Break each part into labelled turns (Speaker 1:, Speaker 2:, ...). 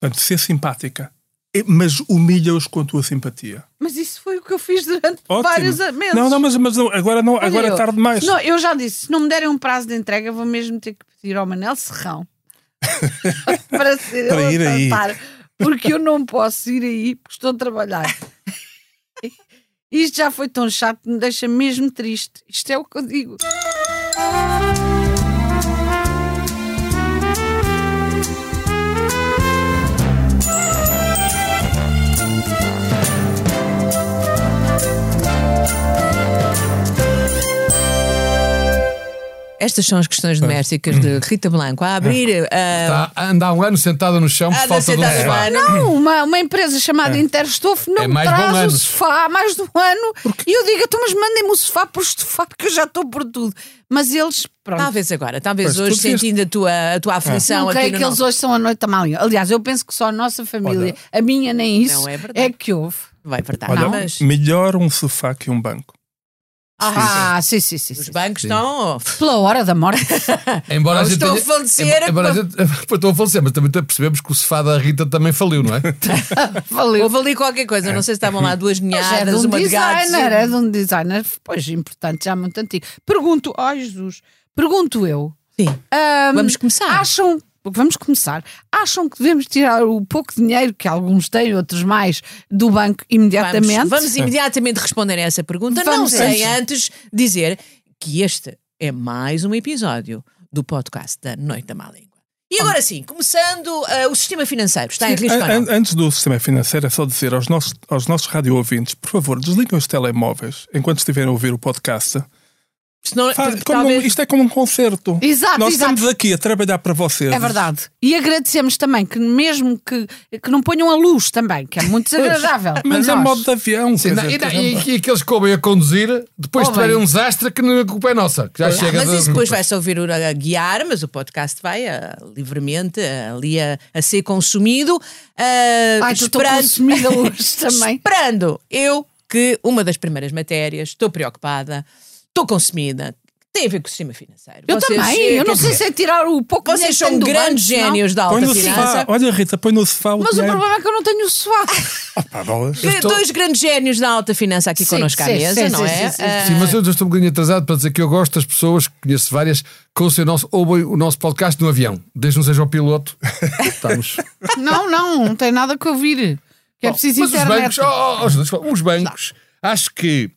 Speaker 1: Portanto, ser simpática, e- mas humilha-os com a tua simpatia.
Speaker 2: Mas isso foi o que eu fiz durante
Speaker 1: Ótimo.
Speaker 2: vários a- meses.
Speaker 1: Não, não, mas, mas não, agora não,
Speaker 2: Olha
Speaker 1: agora é
Speaker 2: eu.
Speaker 1: tarde demais.
Speaker 2: Não, eu já disse, se não me derem um prazo de entrega, vou mesmo ter que pedir ao Manel Serrão para, ser
Speaker 1: Para
Speaker 2: ele
Speaker 1: ir
Speaker 2: a
Speaker 1: aí.
Speaker 2: tratar, porque eu não posso ir aí porque estou a trabalhar. Isto já foi tão chato, que me deixa mesmo triste. Isto é o que eu digo.
Speaker 3: Estas são as questões domésticas
Speaker 1: Uhum.
Speaker 3: de Rita Blanco. A abrir
Speaker 1: É.
Speaker 3: a.
Speaker 4: Está a andar um ano sentada no chão por
Speaker 3: a
Speaker 4: falta de um
Speaker 3: sentada no
Speaker 4: sofá.
Speaker 3: ano.
Speaker 2: Não, uma, uma empresa chamada Interstofo não
Speaker 4: É
Speaker 2: me
Speaker 4: mais de um
Speaker 2: traz
Speaker 4: ano.
Speaker 2: o sofá há mais de um ano e eu digo, então, mas mandem-me o sofá para estofar porque eu já estou por tudo. Mas eles, pronto.
Speaker 4: Tá
Speaker 3: Talvez agora, talvez
Speaker 1: Pois,
Speaker 3: hoje,
Speaker 1: tu dizes-
Speaker 3: sentindo a tua, a tua aflição
Speaker 2: Não
Speaker 3: aqui
Speaker 2: creio
Speaker 3: no
Speaker 2: que eles
Speaker 3: nosso-
Speaker 2: hoje são a noite a malinha. Aliás, eu penso que só a nossa família, a minha nem isso,
Speaker 3: Não é
Speaker 2: é,
Speaker 3: verdade.
Speaker 2: que houve.
Speaker 3: Vai verdade.
Speaker 1: Olha,
Speaker 3: Não, Ah, mas
Speaker 1: melhor um sofá que um banco.
Speaker 2: Ah, sim, sim, sim.
Speaker 3: os
Speaker 2: sim.
Speaker 3: bancos estão.
Speaker 2: Pela hora da morte.
Speaker 4: Embora a
Speaker 3: Ou
Speaker 4: gente
Speaker 3: estão
Speaker 4: tenha-
Speaker 3: a falecer,
Speaker 4: em- Embora a gente... Estou a falecer, mas também percebemos que o sofá da Rita também faliu, não é?
Speaker 2: Valeu.
Speaker 3: Houve ali qualquer coisa,
Speaker 1: É.
Speaker 3: não sei se estavam lá duas
Speaker 2: Mas é
Speaker 3: ninhadas,
Speaker 2: de um
Speaker 3: uma de gatos.
Speaker 2: designer, é de um designer, pois, importante, já muito antigo. Pergunto, ó Jesus, pergunto eu,
Speaker 3: Sim.
Speaker 2: ahm,
Speaker 3: Vamos começar.
Speaker 2: acham, vamos começar, acham que devemos tirar o pouco dinheiro que alguns têm, outros mais, do banco imediatamente?
Speaker 3: Vamos, vamos imediatamente responder a essa pergunta. não
Speaker 2: Vamos
Speaker 3: sei
Speaker 2: antes.
Speaker 3: antes dizer que este é mais um episódio do podcast da Noite da Má Língua. E agora sim, começando, ah, o sistema financeiro está em risco ou
Speaker 1: An-
Speaker 3: não?
Speaker 1: an- antes do sistema financeiro, é só dizer aos nossos, aos nossos radio-ouvintes, por favor, desliguem os telemóveis enquanto estiverem a ouvir o podcast.
Speaker 3: Senão,
Speaker 1: Faz-
Speaker 3: porque
Speaker 1: como um-
Speaker 3: talvez-
Speaker 1: isto é como um concerto.
Speaker 2: Exato,
Speaker 1: Nós
Speaker 2: exato.
Speaker 1: estamos aqui a trabalhar para vocês.
Speaker 2: É verdade. E agradecemos também que, mesmo que, que não ponham a luz também, que é muito desagradável.
Speaker 1: Mas
Speaker 2: para
Speaker 1: é
Speaker 2: nós.
Speaker 1: modo de avião.
Speaker 4: Sim,
Speaker 1: quer
Speaker 4: não, e,
Speaker 1: dizer,
Speaker 4: não,
Speaker 1: caramba.
Speaker 4: e, e aqueles que ouvem a conduzir, depois
Speaker 2: Oh,
Speaker 4: tiverem
Speaker 2: bem.
Speaker 4: um desastre que não- a culpa é nossa. que Já chega
Speaker 3: Ah, mas
Speaker 4: de-
Speaker 3: isso depois vai-se ouvir o- a guiar, mas o podcast vai ah, livremente ah, ali a, a ser consumido. ah,
Speaker 2: Ai, estou consumida hoje também.
Speaker 3: Esperando eu que uma das primeiras matérias, estou preocupada, estou consumida, tem a ver com o sistema financeiro.
Speaker 2: Eu
Speaker 3: Vocês,
Speaker 2: também.
Speaker 3: eh,
Speaker 2: eu
Speaker 3: quer
Speaker 2: não sei se
Speaker 3: dizer,
Speaker 2: é tirar o pouco dinheiro que
Speaker 3: Vocês são
Speaker 2: tenho do
Speaker 3: grandes
Speaker 2: banco, não?
Speaker 3: gênios da
Speaker 1: Põe
Speaker 3: alta
Speaker 1: no sofá.
Speaker 3: finança.
Speaker 1: Olha, Rita, põe no sofá o
Speaker 2: Mas o
Speaker 1: dinheiro. Ah,
Speaker 2: problema é que eu não tenho o sofá.
Speaker 1: Pá, bolas.
Speaker 3: Gr- Dois grandes gênios da alta finança aqui
Speaker 2: Sim,
Speaker 3: connosco à
Speaker 2: sim,
Speaker 3: mesa,
Speaker 2: sim,
Speaker 3: não
Speaker 2: sim,
Speaker 3: é?
Speaker 2: sim, sim.
Speaker 3: Ah,
Speaker 4: Sim, mas eu já estou um bocadinho atrasado para dizer que eu gosto das pessoas, conheço várias, que ouçam o nosso, ouvem o nosso podcast no avião. Desde não seja o piloto, estamos.
Speaker 2: Não, não, não tem nada que ouvir. Que é preciso
Speaker 4: mas os
Speaker 2: internet.
Speaker 4: bancos, oh, oh, Jesus, os bancos, acho que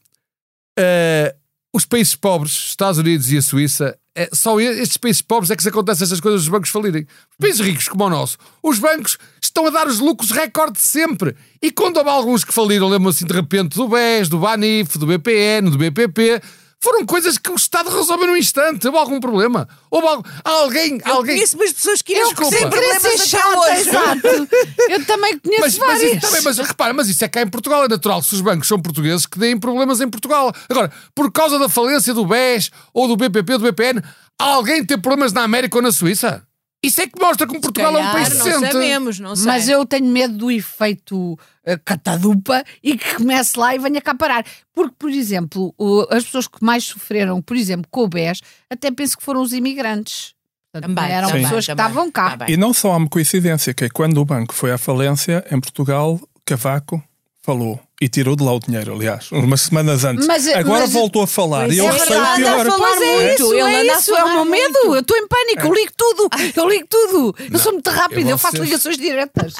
Speaker 4: eh, os países pobres, Estados Unidos e a Suíça, é, só estes países pobres é que se acontecem estas coisas dos bancos falirem. Os países ricos como o nosso, os bancos estão a dar os lucros recorde de sempre. E quando houve alguns que faliram, lembram-se assim, de repente do BES, do BANIF, do BPN, do BPP. Foram coisas que o Estado resolve num instante. Houve algum problema? Houve algum... alguém,
Speaker 3: Ah, eu
Speaker 4: alguém.
Speaker 3: conheço umas pessoas que
Speaker 4: Eu
Speaker 3: iam
Speaker 4: conheço
Speaker 3: sem
Speaker 2: Queria
Speaker 3: problemas
Speaker 2: ser
Speaker 3: até
Speaker 2: chata,
Speaker 3: hoje.
Speaker 2: exato. Eu também conheço
Speaker 4: Mas, mas,
Speaker 2: várias.
Speaker 4: isso, também, é mas repara, mas isso é cá em Portugal. É natural, se os bancos são portugueses, que deem problemas em Portugal. Agora, por causa da falência do BES ou do BPP ou do BPN, alguém tem problemas na América ou na Suíça? Isso é que mostra como Portugal é um
Speaker 3: Calhar,
Speaker 4: país
Speaker 3: não
Speaker 4: decente.
Speaker 3: sabemos, não sei.
Speaker 2: Mas eu tenho medo do efeito eh, catadupa e que comece lá e venha cá parar. Porque, por exemplo, o- as pessoas que mais sofreram, por exemplo, com o BES, até penso que foram os imigrantes. Portanto,
Speaker 3: Também,
Speaker 2: eram
Speaker 3: também,
Speaker 2: pessoas
Speaker 3: também,
Speaker 2: que estavam cá.
Speaker 3: também.
Speaker 1: E não só há uma coincidência, que é quando o banco foi à falência, em Portugal, Cavaco falou. E tirou de lá o dinheiro, aliás, umas semanas antes.
Speaker 2: Mas, eh,
Speaker 1: Agora
Speaker 2: mas-
Speaker 1: voltou a falar.
Speaker 3: Pois
Speaker 1: E eu
Speaker 3: é
Speaker 1: sei
Speaker 3: verdade,
Speaker 1: pior.
Speaker 3: anda a falar
Speaker 2: Pois é
Speaker 3: muito,
Speaker 2: isso,
Speaker 3: ele
Speaker 2: é
Speaker 3: anda a
Speaker 2: isso, é o
Speaker 3: falar
Speaker 2: meu
Speaker 3: muito.
Speaker 2: medo. Eu estou em pânico, eu ligo tudo, eu ligo tudo. Eu sou muito rápida, eu,
Speaker 4: eu
Speaker 2: faço
Speaker 4: vocês-
Speaker 2: ligações diretas.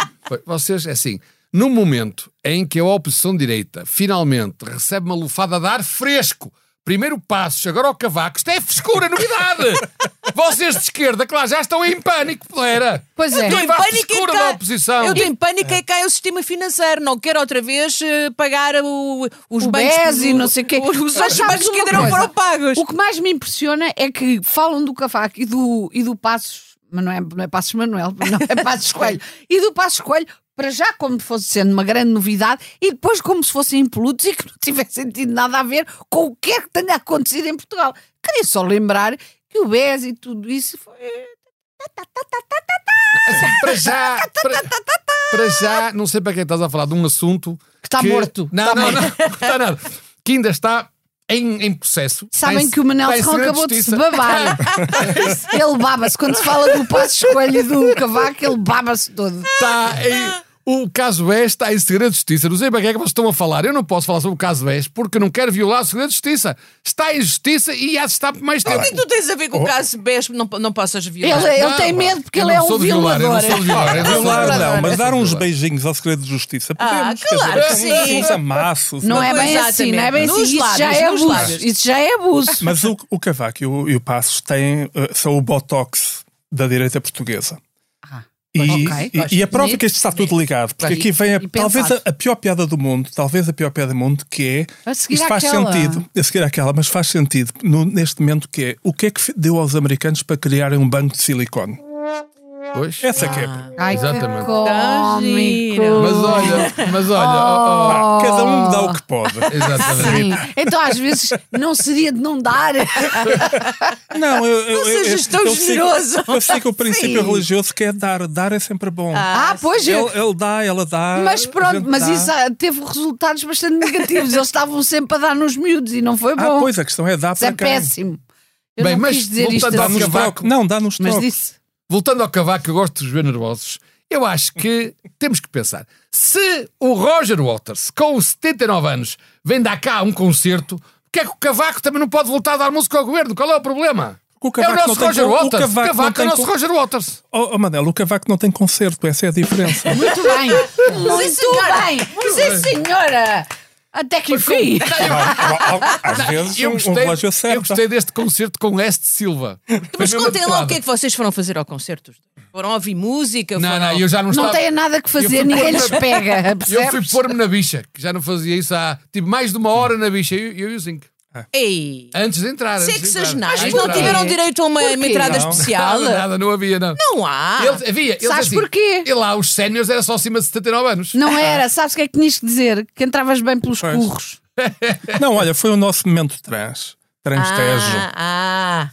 Speaker 4: Vocês, é assim, no momento em que a oposição direita finalmente recebe uma lufada de ar fresco, primeiro passo, agora ao cavaco, isto é frescura, é novidade! Vocês de esquerda, claro, já estão em pânico, galera!
Speaker 2: Pois é.
Speaker 4: Eu
Speaker 3: Estou em
Speaker 4: Vá,
Speaker 3: pânico e
Speaker 4: frescura
Speaker 3: cai-
Speaker 4: da oposição.
Speaker 3: Eu estou em pânico e cai o sistema financeiro. Não quero outra vez eh, pagar o- os
Speaker 2: O
Speaker 3: bancos.
Speaker 2: BES e não sei o quê.
Speaker 3: Os outros
Speaker 2: Mas sabes
Speaker 3: bancos
Speaker 2: uma
Speaker 3: que ainda não
Speaker 2: coisa?
Speaker 3: foram pagos.
Speaker 2: O que mais me impressiona é que falam do Cavaco e do, e do Passos, mas não é, não é Passos Manuel, não é Passos Coelho, e do Passos Coelho, para já como se fosse sendo uma grande novidade, e depois como se fossem impolutos e que não tivessem tido nada a ver com o que é que tenha acontecido em Portugal. Queria só lembrar que o BES e tudo isso foi...
Speaker 4: Assim, para já. Para, para já, não sei para quem estás a falar de um assunto.
Speaker 2: Que está tá morto.
Speaker 4: Não,
Speaker 2: Está
Speaker 4: não, não, não está nada. Que ainda está em, em processo. Está
Speaker 2: Sabem
Speaker 4: em-
Speaker 2: que o Manel
Speaker 4: está em segredo
Speaker 2: acabou de se
Speaker 4: justiça.
Speaker 2: babar. ele baba-se. Quando se fala do passo escolho e do cavaco, ele baba-se todo.
Speaker 4: Está Tá em- O caso é está em segredo de justiça. Não sei para que é que vocês estão a falar. Eu não posso falar sobre o caso é porque não quero violar o segredo de justiça. Está em justiça e há de estar por mais tempo.
Speaker 3: O que é que tu tens a ver com o caso Besp? Não, não possas violar.
Speaker 2: Oh. Ele, é ele
Speaker 4: Não,
Speaker 2: tem
Speaker 4: pá,
Speaker 2: medo porque
Speaker 4: eu
Speaker 2: ele
Speaker 4: não
Speaker 2: é
Speaker 4: sou
Speaker 2: um
Speaker 4: de violar, eu não
Speaker 2: violador.
Speaker 4: sou de violar, eu não sou de
Speaker 1: Violar
Speaker 4: violar.
Speaker 1: não, mas dar uns
Speaker 4: Violar.
Speaker 1: beijinhos ao segredo de justiça.
Speaker 3: Ah,
Speaker 1: Podemos, quer dizer,
Speaker 3: claro que
Speaker 1: uns-
Speaker 3: sim.
Speaker 1: uns amassos.
Speaker 2: Não é bem
Speaker 3: Exatamente.
Speaker 2: assim, não é bem
Speaker 3: Nos
Speaker 2: assim. Isso já
Speaker 3: lábios,
Speaker 2: é
Speaker 3: nos
Speaker 2: abuso.
Speaker 3: lábios.
Speaker 2: Isso já é abuso.
Speaker 1: Mas o, o Cavaco e o, e o Passos têm, eh, são o botox da direita portuguesa.
Speaker 2: Ah,
Speaker 1: E,
Speaker 2: ok.
Speaker 1: e, e a prova que isto está tudo ligado, porque
Speaker 2: Sim.
Speaker 1: aqui vem a-
Speaker 2: E
Speaker 1: talvez a,
Speaker 2: pensado.
Speaker 1: a pior piada do mundo, talvez a pior piada do mundo, que é
Speaker 2: A seguir
Speaker 1: isto faz
Speaker 2: àquela.
Speaker 1: sentido, a seguir àquela, mas faz sentido no- neste momento que é o que é que deu aos americanos para criarem um banco de silicone?
Speaker 4: Pois.
Speaker 1: Essa é que é. a-
Speaker 2: Ai,
Speaker 4: Exatamente.
Speaker 2: que cômico.
Speaker 4: Mas olha, mas olha.
Speaker 2: Oh.
Speaker 4: ó, ó.
Speaker 1: Pá, Cada um dá o que pode.
Speaker 4: Exatamente.
Speaker 2: Sim. Então às vezes não seria de não dar.
Speaker 1: Não, eu, eu, eu-
Speaker 3: sejas
Speaker 1: eu-
Speaker 3: tão
Speaker 1: eu sei-
Speaker 3: generoso.
Speaker 1: eu sei que o princípio
Speaker 2: Sim.
Speaker 1: religioso que é dar, dar é sempre bom.
Speaker 2: Ah, pois
Speaker 1: Ele,
Speaker 2: eu.
Speaker 1: ele dá, ela dá.
Speaker 2: Mas
Speaker 1: a
Speaker 2: pronto,
Speaker 1: gente
Speaker 2: mas
Speaker 1: dá.
Speaker 2: isso ah, teve resultados bastante negativos. Eles estavam sempre a dar nos miúdos e não foi bom.
Speaker 1: Ah, pois, a questão é dar
Speaker 2: Isso é
Speaker 1: para quem.
Speaker 2: péssimo. Eu
Speaker 4: Bem,
Speaker 2: não
Speaker 4: mas
Speaker 2: quis dizer isto
Speaker 4: voltando
Speaker 1: Dá
Speaker 4: ao
Speaker 2: assim,
Speaker 1: nos
Speaker 4: Cavaco.
Speaker 1: trocos. Não, dá nos
Speaker 2: mas
Speaker 1: trocos.
Speaker 2: disse.
Speaker 4: Voltando ao cavaco, eu gosto de os ver nervosos. Eu acho que temos que pensar. Se o Roger Waters, com 79 anos, vem dar cá um concerto, porque é que o cavaco também não pode voltar a dar música ao governo? Qual é o problema?
Speaker 1: O
Speaker 4: É
Speaker 1: Cavaco
Speaker 4: o
Speaker 1: não
Speaker 4: nosso
Speaker 1: tem
Speaker 4: Roger
Speaker 1: con- o
Speaker 4: Waters. O
Speaker 1: Cavaco não
Speaker 4: cavaco é o
Speaker 1: tem
Speaker 4: nosso
Speaker 1: con-
Speaker 4: Roger Waters.
Speaker 1: Oh, oh, Manel, o Cavaco não tem concerto, essa é a diferença.
Speaker 2: Muito bem. Muito bem. Sim, senhora. Até que enfim.
Speaker 1: Às vezes
Speaker 4: Eu
Speaker 1: um, um
Speaker 4: gostei,
Speaker 1: relógio
Speaker 4: eu
Speaker 1: acerta.
Speaker 4: gostei deste concerto com Este Silva.
Speaker 3: Mas
Speaker 4: Foi mesmo
Speaker 3: contem lá o
Speaker 4: adequado.
Speaker 3: que é que vocês foram fazer ao concerto. Foram ouvir música?
Speaker 4: Não,
Speaker 3: foram...
Speaker 4: não, eu já não,
Speaker 2: Não
Speaker 4: estava...
Speaker 2: tem nada que
Speaker 4: Eu fui
Speaker 2: fazer, ninguém lhes pega.
Speaker 4: Eu fui
Speaker 2: Percebes?
Speaker 4: pôr-me na bicha, que já não fazia isso há tipo mais de uma hora na bicha, eu, eu e o Zinc.
Speaker 3: Ei, é
Speaker 4: Antes de entrar. antes de entrar.
Speaker 3: sexagenais
Speaker 4: Antes de
Speaker 3: não
Speaker 4: entrar.
Speaker 2: porquê?
Speaker 3: tiveram direito a uma, uma entrada
Speaker 1: Não.
Speaker 3: especial?
Speaker 4: Nada, nada, não havia, não.
Speaker 3: Não há.
Speaker 4: Eles, havia, eles
Speaker 2: Sabes
Speaker 4: assim,
Speaker 2: porquê?
Speaker 4: E lá os séniores era só acima de 79 anos.
Speaker 2: Não era, sabes o que é que tinhas que dizer? Que entravas bem pelos
Speaker 1: Pois.
Speaker 2: curros.
Speaker 1: Não, olha, foi o nosso momento trans. Transtejo.
Speaker 3: Ah, ah.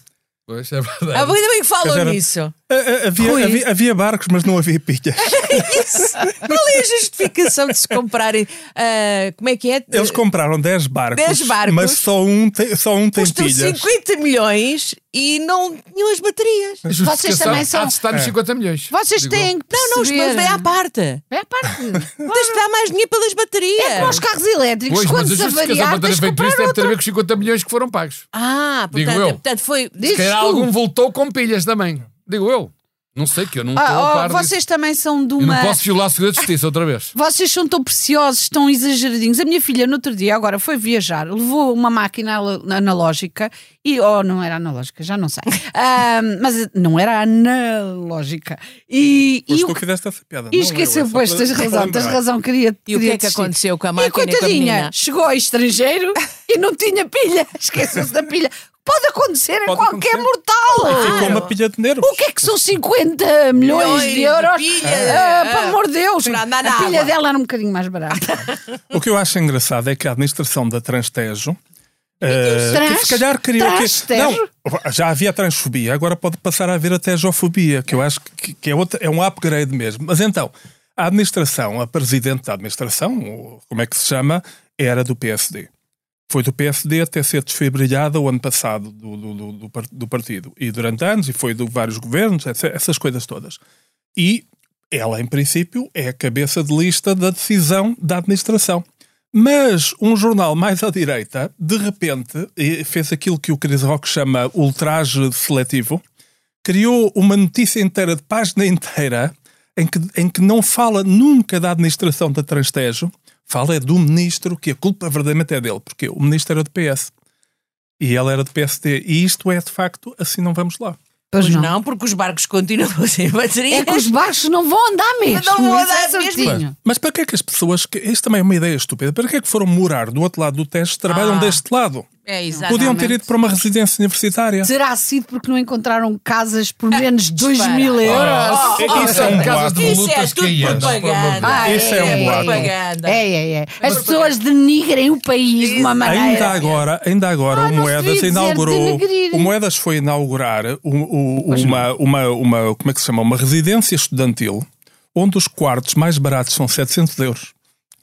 Speaker 4: Pois, é
Speaker 3: Ah,
Speaker 4: verdade.
Speaker 3: ainda bem que falam
Speaker 1: Quer dizer,
Speaker 3: nisso.
Speaker 1: Ah, ah,
Speaker 2: Rui.
Speaker 1: Havia, havia, havia barcos, mas não havia pilhas.
Speaker 3: Isso. Qual é a justificação de se comprarem? ah, como é que é?
Speaker 1: Eles compraram 10 barcos,
Speaker 3: 10 barcos.
Speaker 1: mas só um tem, só um tem
Speaker 3: Custam
Speaker 1: pilhas.
Speaker 3: 50 milhões e não tinham as baterias.
Speaker 4: A justificação
Speaker 2: Vocês também são-
Speaker 4: Há de estar nos
Speaker 1: É.
Speaker 4: 50 milhões.
Speaker 2: Vocês
Speaker 4: Digo eu.
Speaker 2: têm que
Speaker 3: Não,
Speaker 2: perceber.
Speaker 3: não, os meus vêm à parte.
Speaker 2: É à parte. É
Speaker 3: Tens de dar mais dinheiro pelas baterias.
Speaker 2: Para os carros elétricos,
Speaker 4: Pois,
Speaker 2: quando
Speaker 4: mas a
Speaker 2: se
Speaker 4: justificação
Speaker 2: avariar,
Speaker 4: para
Speaker 2: tens
Speaker 4: terem
Speaker 2: de
Speaker 4: feito isso
Speaker 2: comprar
Speaker 4: deve ter a
Speaker 2: outro.
Speaker 4: ver com os 50 milhões que foram pagos.
Speaker 3: Ah,
Speaker 4: Digo
Speaker 3: portanto,
Speaker 4: eu.
Speaker 3: portanto foi.
Speaker 4: Se
Speaker 2: Dizes
Speaker 4: calhar
Speaker 2: tu.
Speaker 4: algum voltou com pilhas também. Digo eu. Não sei que eu não estou
Speaker 2: Ah,
Speaker 4: a
Speaker 2: oh,
Speaker 4: par disso.
Speaker 2: vocês também são de
Speaker 4: é Eu
Speaker 2: uma.
Speaker 4: não posso violar o segredo de justiça outra vez.
Speaker 2: Vocês são tão preciosos, tão exageradinhos. A minha filha, no outro dia, agora foi viajar, levou uma máquina al- analógica e. Oh, não era analógica, já não sei. Ah, mas não era analógica. E,
Speaker 1: Mas
Speaker 2: e
Speaker 1: tu
Speaker 2: o-
Speaker 1: fizeste essa piada.
Speaker 2: e
Speaker 1: não eu,
Speaker 2: esqueceu,
Speaker 1: é só
Speaker 2: pois,
Speaker 1: para-
Speaker 2: tens
Speaker 1: para
Speaker 2: razão,
Speaker 1: lembrar.
Speaker 2: tens razão, queria
Speaker 3: E o que é
Speaker 2: queria
Speaker 3: que
Speaker 2: desistir.
Speaker 3: aconteceu com a
Speaker 2: E
Speaker 3: máquina e com a
Speaker 2: coitadinha,
Speaker 3: menina?
Speaker 2: chegou ao estrangeiro e não tinha pilha, esqueceu-se da pilha. Pode acontecer a
Speaker 1: Pode
Speaker 2: qualquer
Speaker 1: acontecer.
Speaker 2: mortal. Ah,
Speaker 1: Ficou uma pilha de dinheiro.
Speaker 2: O que é que são 50 milhões
Speaker 3: Milhões de
Speaker 2: de euros?
Speaker 3: pilha.
Speaker 2: Ah,
Speaker 3: Ah.
Speaker 2: pelo amor de Deus!
Speaker 3: Para andar na
Speaker 2: a pilha
Speaker 3: água.
Speaker 2: dela era um bocadinho mais
Speaker 3: Ah,
Speaker 2: barata.
Speaker 1: O que eu acho engraçado é que a administração da Transtejo. eh,
Speaker 2: Trans?
Speaker 1: que se calhar criou que...
Speaker 2: Transtejo?
Speaker 1: Não, já havia transfobia, agora pode passar a haver a tejofobia, que eu acho que, que é, outra, é um upgrade mesmo. Mas então, a administração, a presidente da administração, ou como é que se chama, era do PSD. Foi do PSD até ser desfibrilhada o ano passado do, do, do- do par- do partido. E durante anos, e foi de vários governos, essa- essas coisas todas. E ela, em princípio, é a cabeça de lista da decisão da administração. Mas um jornal mais à direita, de repente, eh, fez aquilo que o Chris Rock chama ultraje seletivo, criou uma notícia inteira, de página inteira, em que, em que não fala nunca da administração da Transtejo, fala é do ministro, que a culpa verdadeiramente é dele, porque o ministro era de PS. E ela era de PSD. E isto é, de facto, assim não vamos lá.
Speaker 2: Pois
Speaker 3: Pois não. porque os barcos continuam sem baterias.
Speaker 2: É que os baixos não vão andar mesmo.
Speaker 3: Não vão
Speaker 2: isso é
Speaker 3: andar mesmo.
Speaker 2: certinho.
Speaker 1: Mas para que é que as pessoas. Que, isto também é uma ideia estúpida. Para que é que foram morar do outro lado do teste, trabalham
Speaker 3: Ah.
Speaker 1: deste lado?
Speaker 3: É, exatamente.
Speaker 1: Podiam ter ido para uma residência universitária.
Speaker 2: Terá sido porque não encontraram casas por
Speaker 3: Ah,
Speaker 2: menos de 2 mil euros?
Speaker 1: Ah,
Speaker 4: Oh,
Speaker 1: isso é um
Speaker 4: casas
Speaker 1: boato.
Speaker 4: de
Speaker 3: Isso é
Speaker 4: volutas
Speaker 3: tudo
Speaker 4: caídas.
Speaker 3: propaganda.
Speaker 2: Ah,
Speaker 1: Isso é um boato.
Speaker 3: propaganda.
Speaker 2: É, é, é. As pessoas denigrem o país de uma maneira.
Speaker 1: Ainda agora, ainda agora
Speaker 2: Ah,
Speaker 1: o
Speaker 2: não se
Speaker 1: Moedas
Speaker 2: devia dizer
Speaker 1: inaugurou.
Speaker 2: denegrir.
Speaker 1: O Moedas foi inaugurar o- o- uma, uma, uma, como é que se chama? Uma residência estudantil onde os quartos mais baratos são 700 euros.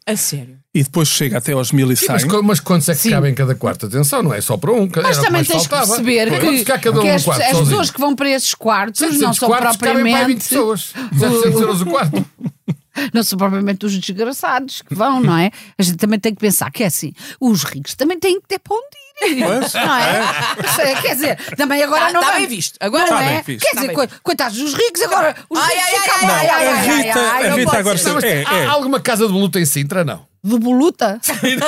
Speaker 3: A sério.
Speaker 1: e depois chega até aos 1100.
Speaker 4: Sim, mas, qu- mas quantos é que
Speaker 2: Sim.
Speaker 4: cabem em cada quarto? Atenção, não é só para um.
Speaker 2: Mas também tens que perceber que,
Speaker 4: cada um
Speaker 2: que
Speaker 4: um
Speaker 2: as,
Speaker 4: quarto,
Speaker 2: as
Speaker 4: sozinho.
Speaker 2: pessoas que vão para esses quartos não
Speaker 4: 700
Speaker 2: são
Speaker 4: quartos cabem para 20
Speaker 2: propriamente
Speaker 4: pessoas. 700 euros o quarto.
Speaker 2: não são propriamente os desgraçados que vão, não é? A gente também tem que pensar que é assim, os ricos também têm que ter para onde ir.
Speaker 1: Pois,
Speaker 2: Não é? Quer dizer, também agora
Speaker 3: Tá-
Speaker 2: não
Speaker 3: tá
Speaker 2: vai-
Speaker 3: bem visto. Agora
Speaker 2: não
Speaker 1: Tá
Speaker 2: é?
Speaker 1: bem visto.
Speaker 2: Quer
Speaker 3: Tá
Speaker 2: dizer,
Speaker 3: bem
Speaker 2: co- coitados dos ricos, agora os
Speaker 3: Ai,
Speaker 2: ricos
Speaker 3: ai,
Speaker 2: ficam
Speaker 3: ai, ai,
Speaker 2: mal.
Speaker 3: ai,
Speaker 1: a
Speaker 3: ai,
Speaker 1: Rita,
Speaker 3: ai,
Speaker 1: a
Speaker 3: não
Speaker 1: Rita
Speaker 3: pode
Speaker 1: agora
Speaker 3: ser.
Speaker 4: Não,
Speaker 1: sabe- é,
Speaker 4: mas há
Speaker 1: é.
Speaker 4: alguma casa de Beluta em Sintra? Não.
Speaker 2: De boluta?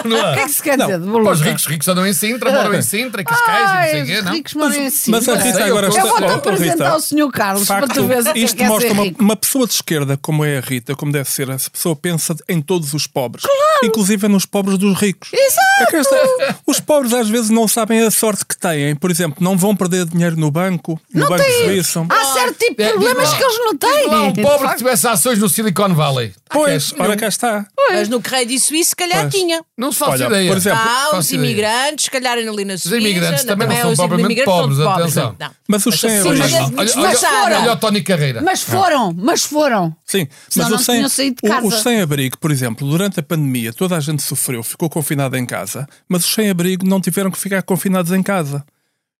Speaker 4: Não
Speaker 2: O
Speaker 4: há.
Speaker 2: que é que se quer
Speaker 1: Ah. Não.
Speaker 2: dizer de
Speaker 4: Para
Speaker 2: boluta?
Speaker 4: os ricos, ricos andam em Sintra, moram
Speaker 1: É.
Speaker 4: em Sintra, em Cascais e
Speaker 2: Ai,
Speaker 4: não sei o quê,
Speaker 2: os
Speaker 4: não?
Speaker 2: ricos morrem assim.
Speaker 1: Mas a
Speaker 4: Não sei,
Speaker 1: Rita
Speaker 4: eu
Speaker 1: agora
Speaker 4: vou-
Speaker 2: Eu
Speaker 1: está.
Speaker 2: vou-te
Speaker 1: Oh, oh,
Speaker 2: apresentar
Speaker 1: Rita,
Speaker 2: ao Sr. Carlos para
Speaker 1: facto,
Speaker 2: tu veres o que é
Speaker 1: isto
Speaker 2: que é
Speaker 1: mostra
Speaker 2: ser
Speaker 1: uma,
Speaker 2: rico.
Speaker 1: uma pessoa de esquerda, como é a Rita, como deve ser, essa pessoa pensa em todos os pobres, inclusive nos pobres dos ricos. É que esta- os pobres às vezes não sabem a sorte que têm. Por exemplo, não vão perder dinheiro no banco, no
Speaker 2: Não
Speaker 1: banco
Speaker 2: têm.
Speaker 1: suíço.
Speaker 2: Há certo tipo de
Speaker 4: É, diz
Speaker 2: problemas
Speaker 4: lá-
Speaker 2: que eles não têm.
Speaker 4: Não há um pobre que tivesse ações no Silicon Valley. Tá
Speaker 1: Pois, ora cá está.
Speaker 3: Mas no que rei disse isso, se calhar
Speaker 1: Pois.
Speaker 3: tinha.
Speaker 4: Não se faz
Speaker 1: Olha,
Speaker 4: ideia.
Speaker 1: por exemplo-
Speaker 3: Há Ah, os
Speaker 4: Faço ideia.
Speaker 3: imigrantes, se calhar ali na Suíça.
Speaker 4: imigrantes
Speaker 3: não- é
Speaker 4: também não são
Speaker 3: os
Speaker 4: propriamente
Speaker 3: imigrantes são
Speaker 4: pobres,
Speaker 3: pobres,
Speaker 4: atenção.
Speaker 3: não.
Speaker 1: Mas os
Speaker 3: Mas são
Speaker 1: sem
Speaker 2: mas
Speaker 1: abrismo.
Speaker 2: é-
Speaker 4: Olha,
Speaker 2: Desfaçaram.
Speaker 4: olha, olha o Tony Carreira.
Speaker 2: Mas foram, mas foram.
Speaker 1: Sim,
Speaker 2: Senão não
Speaker 1: mas o sem-
Speaker 2: tinham saído de
Speaker 1: o-
Speaker 2: casa.
Speaker 1: os sem-abrigo, por exemplo, durante a pandemia, toda a gente sofreu, ficou confinada em casa, mas os sem-abrigo não tiveram que ficar confinados em casa.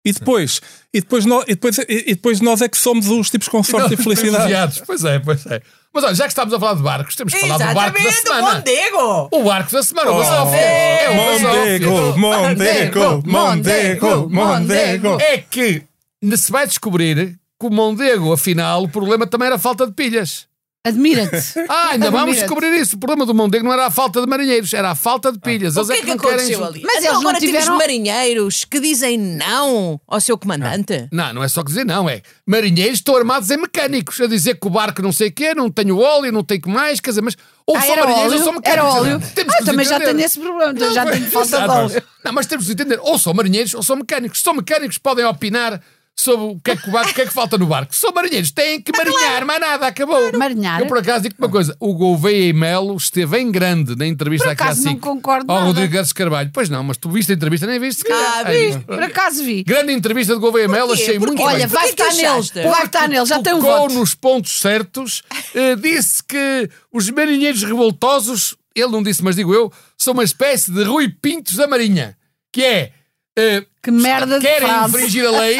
Speaker 1: E depois, e depois, nó- e depois, e, e depois nós é que somos os tipos com sorte e felicidade.
Speaker 4: Privilegiados. Pois é, pois é. Mas olha, já que estamos a falar de barcos, temos que falar do barco da
Speaker 3: Exatamente, do
Speaker 4: semana.
Speaker 3: Mondego.
Speaker 4: O barco da semana, o Basófia.
Speaker 2: Oh,
Speaker 4: É o Basófia.
Speaker 1: Mondego, Mondego, Mondego, Mondego.
Speaker 4: É que se vai descobrir que o Mondego, afinal, o problema também era a falta de pilhas.
Speaker 2: Admira-te.
Speaker 4: Ah, ainda vamos
Speaker 2: Admira-te.
Speaker 4: descobrir isso. O problema do Mondego não era a falta de marinheiros, era a falta de pilhas.
Speaker 3: O
Speaker 4: Eles
Speaker 3: que é que
Speaker 4: não querem
Speaker 3: aconteceu
Speaker 4: juntar-
Speaker 3: ali?
Speaker 2: Mas
Speaker 3: Então
Speaker 2: eles não
Speaker 3: agora
Speaker 2: tiveram-
Speaker 3: temos marinheiros que dizem não ao seu comandante.
Speaker 4: Não, não é só que dizer não, é. Marinheiros estão armados em mecânicos, a dizer que o barco não sei o quê, não tem o óleo, não tem o que mais, quer dizer, mas ou
Speaker 2: Ah,
Speaker 4: são
Speaker 2: era
Speaker 4: marinheiros ou são
Speaker 2: óleo.
Speaker 4: mecânicos.
Speaker 2: Era
Speaker 4: quer dizer,
Speaker 2: óleo.
Speaker 4: temos
Speaker 2: Ah,
Speaker 4: que
Speaker 2: eu também já
Speaker 4: entender.
Speaker 2: tenho esse problema. então
Speaker 4: Não,
Speaker 2: já
Speaker 4: pois,
Speaker 2: tenho falta de
Speaker 4: exato.
Speaker 2: óleo.
Speaker 4: Não, mas temos de entender, ou são marinheiros ou são mecânicos. Se são mecânicos, podem opinar sobre o que é que, o barco- o que é que falta no barco. Se são marinheiros, têm que marinhar, mais nada, acabou.
Speaker 2: é- Marinhar.
Speaker 4: Eu, por acaso, digo-te uma coisa. O Gouveia e Melo esteve em grande na entrevista
Speaker 2: Por
Speaker 4: aqui à
Speaker 2: acaso, não
Speaker 4: SIC
Speaker 2: concordo
Speaker 4: ao
Speaker 2: nada.
Speaker 4: Rodrigo Garces Carvalho. Pois não, mas tu viste a entrevista, nem viste?
Speaker 3: Ah,
Speaker 4: Ai,
Speaker 3: vi.
Speaker 2: Por acaso vi.
Speaker 4: Grande entrevista de Gouveia e Melo,
Speaker 3: Porquê?
Speaker 4: achei muito
Speaker 3: Porquê?
Speaker 4: bem
Speaker 2: Olha, vai
Speaker 3: Porquê que
Speaker 2: estar nele.
Speaker 3: achaste?
Speaker 2: Vai estar nele. Já tem um
Speaker 4: tocou
Speaker 2: voto.
Speaker 4: nos pontos certos, eh, disse que os marinheiros revoltosos, ele não disse, mas digo eu, são uma espécie de Rui Pintos da Marinha, que é eh,
Speaker 2: Que merda de
Speaker 4: querem
Speaker 2: frase.
Speaker 4: infringir a lei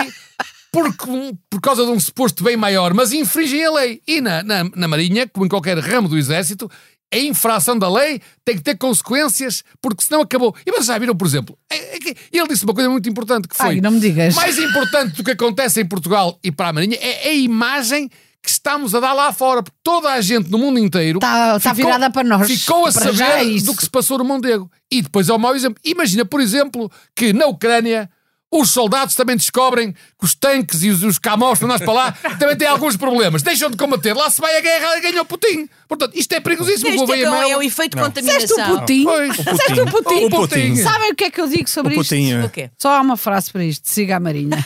Speaker 4: porque, um- por causa de um suposto bem maior, mas infringem a lei. E na, na, na Marinha, como em qualquer ramo do Exército, a infração da lei tem que ter consequências, porque senão acabou. E vocês já viram, por exemplo, é- é que ele disse uma coisa muito importante que foi.
Speaker 2: Ai, não me digas.
Speaker 4: Mais importante do que acontece em Portugal e para a Marinha é a imagem que estamos a dar lá fora, porque toda a gente no mundo inteiro
Speaker 2: Está- está
Speaker 4: ficou-
Speaker 2: Tá- virada para nós.
Speaker 4: Ficou a
Speaker 2: Para já é
Speaker 4: saber
Speaker 2: isso.
Speaker 4: do que se passou no Mondego. E depois é o mau exemplo. Imagina, por exemplo, que na Ucrânia os soldados também descobrem que os tanques e os, os camões que nós para lá também têm alguns problemas. Deixam de combater. Lá se vai a guerra e ganha o Putin. Portanto, isto é perigosíssimo.
Speaker 3: Isto é,
Speaker 4: Gouveia
Speaker 3: que é,
Speaker 4: Melo.
Speaker 3: um efeito de
Speaker 2: Disseste o
Speaker 3: contaminação.
Speaker 2: Putin.
Speaker 4: Pois.
Speaker 2: Disseste o Putin.
Speaker 1: O Putin.
Speaker 2: Sabem o que é que eu digo
Speaker 1: O
Speaker 2: sobre isto?
Speaker 1: Putinho.
Speaker 3: O quê?
Speaker 2: Só há uma frase para isto. Siga a Marinha.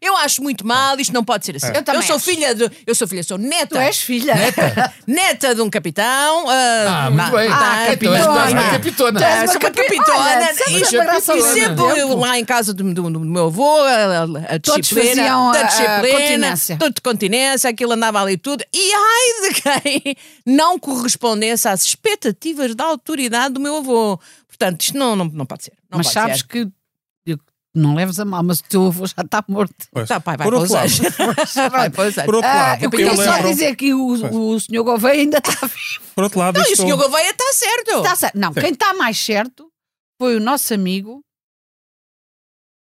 Speaker 3: Eu acho muito mal, isto não pode ser assim.
Speaker 2: É. Eu também
Speaker 3: sou
Speaker 2: acho.
Speaker 3: filha de. Eu sou filha, sou
Speaker 2: Tu
Speaker 3: neta.
Speaker 2: és filha.
Speaker 3: Neta de um capitão.
Speaker 4: Ah, muito bem.
Speaker 2: Ah,
Speaker 4: então és quase uma
Speaker 2: capitona.
Speaker 4: capitona.
Speaker 2: Tu és
Speaker 3: É, Sou uma
Speaker 2: capi-
Speaker 3: capitona.
Speaker 2: Olha, sempre
Speaker 3: E-
Speaker 2: uma graça
Speaker 3: e
Speaker 2: ao
Speaker 3: sempre
Speaker 2: mesmo
Speaker 3: eu
Speaker 2: tempo.
Speaker 3: lá em casa do, do- do meu avô, a, a- a
Speaker 2: Todos
Speaker 3: disciplina,
Speaker 2: faziam a- a
Speaker 3: disciplina,
Speaker 2: continência.
Speaker 3: todo de continência, aquilo andava ali tudo. E ai de quem não correspondesse às expectativas da autoridade do meu avô. Portanto, isto não, não, não pode ser. Não
Speaker 2: Mas
Speaker 3: pode
Speaker 2: sabes
Speaker 3: ser.
Speaker 2: que. eu- Não leves a mal, mas o teu avô já está morto.
Speaker 1: Pois.
Speaker 3: Tá, pai, vai
Speaker 1: Por
Speaker 3: para
Speaker 1: outro
Speaker 3: os
Speaker 1: lado,
Speaker 3: anjos. Vai para os anjos.
Speaker 1: por outro
Speaker 2: Ah,
Speaker 1: lado,
Speaker 2: eu
Speaker 1: eu
Speaker 2: queria só
Speaker 1: lembro-
Speaker 2: dizer que o, o senhor Gouveia ainda tá está vivo.
Speaker 1: por outro lado,
Speaker 3: Não, e Ah, o
Speaker 1: isto-
Speaker 3: senhor Gouveia está certo.
Speaker 2: Está certo. Não,
Speaker 1: Sim.
Speaker 2: quem está mais certo foi o nosso amigo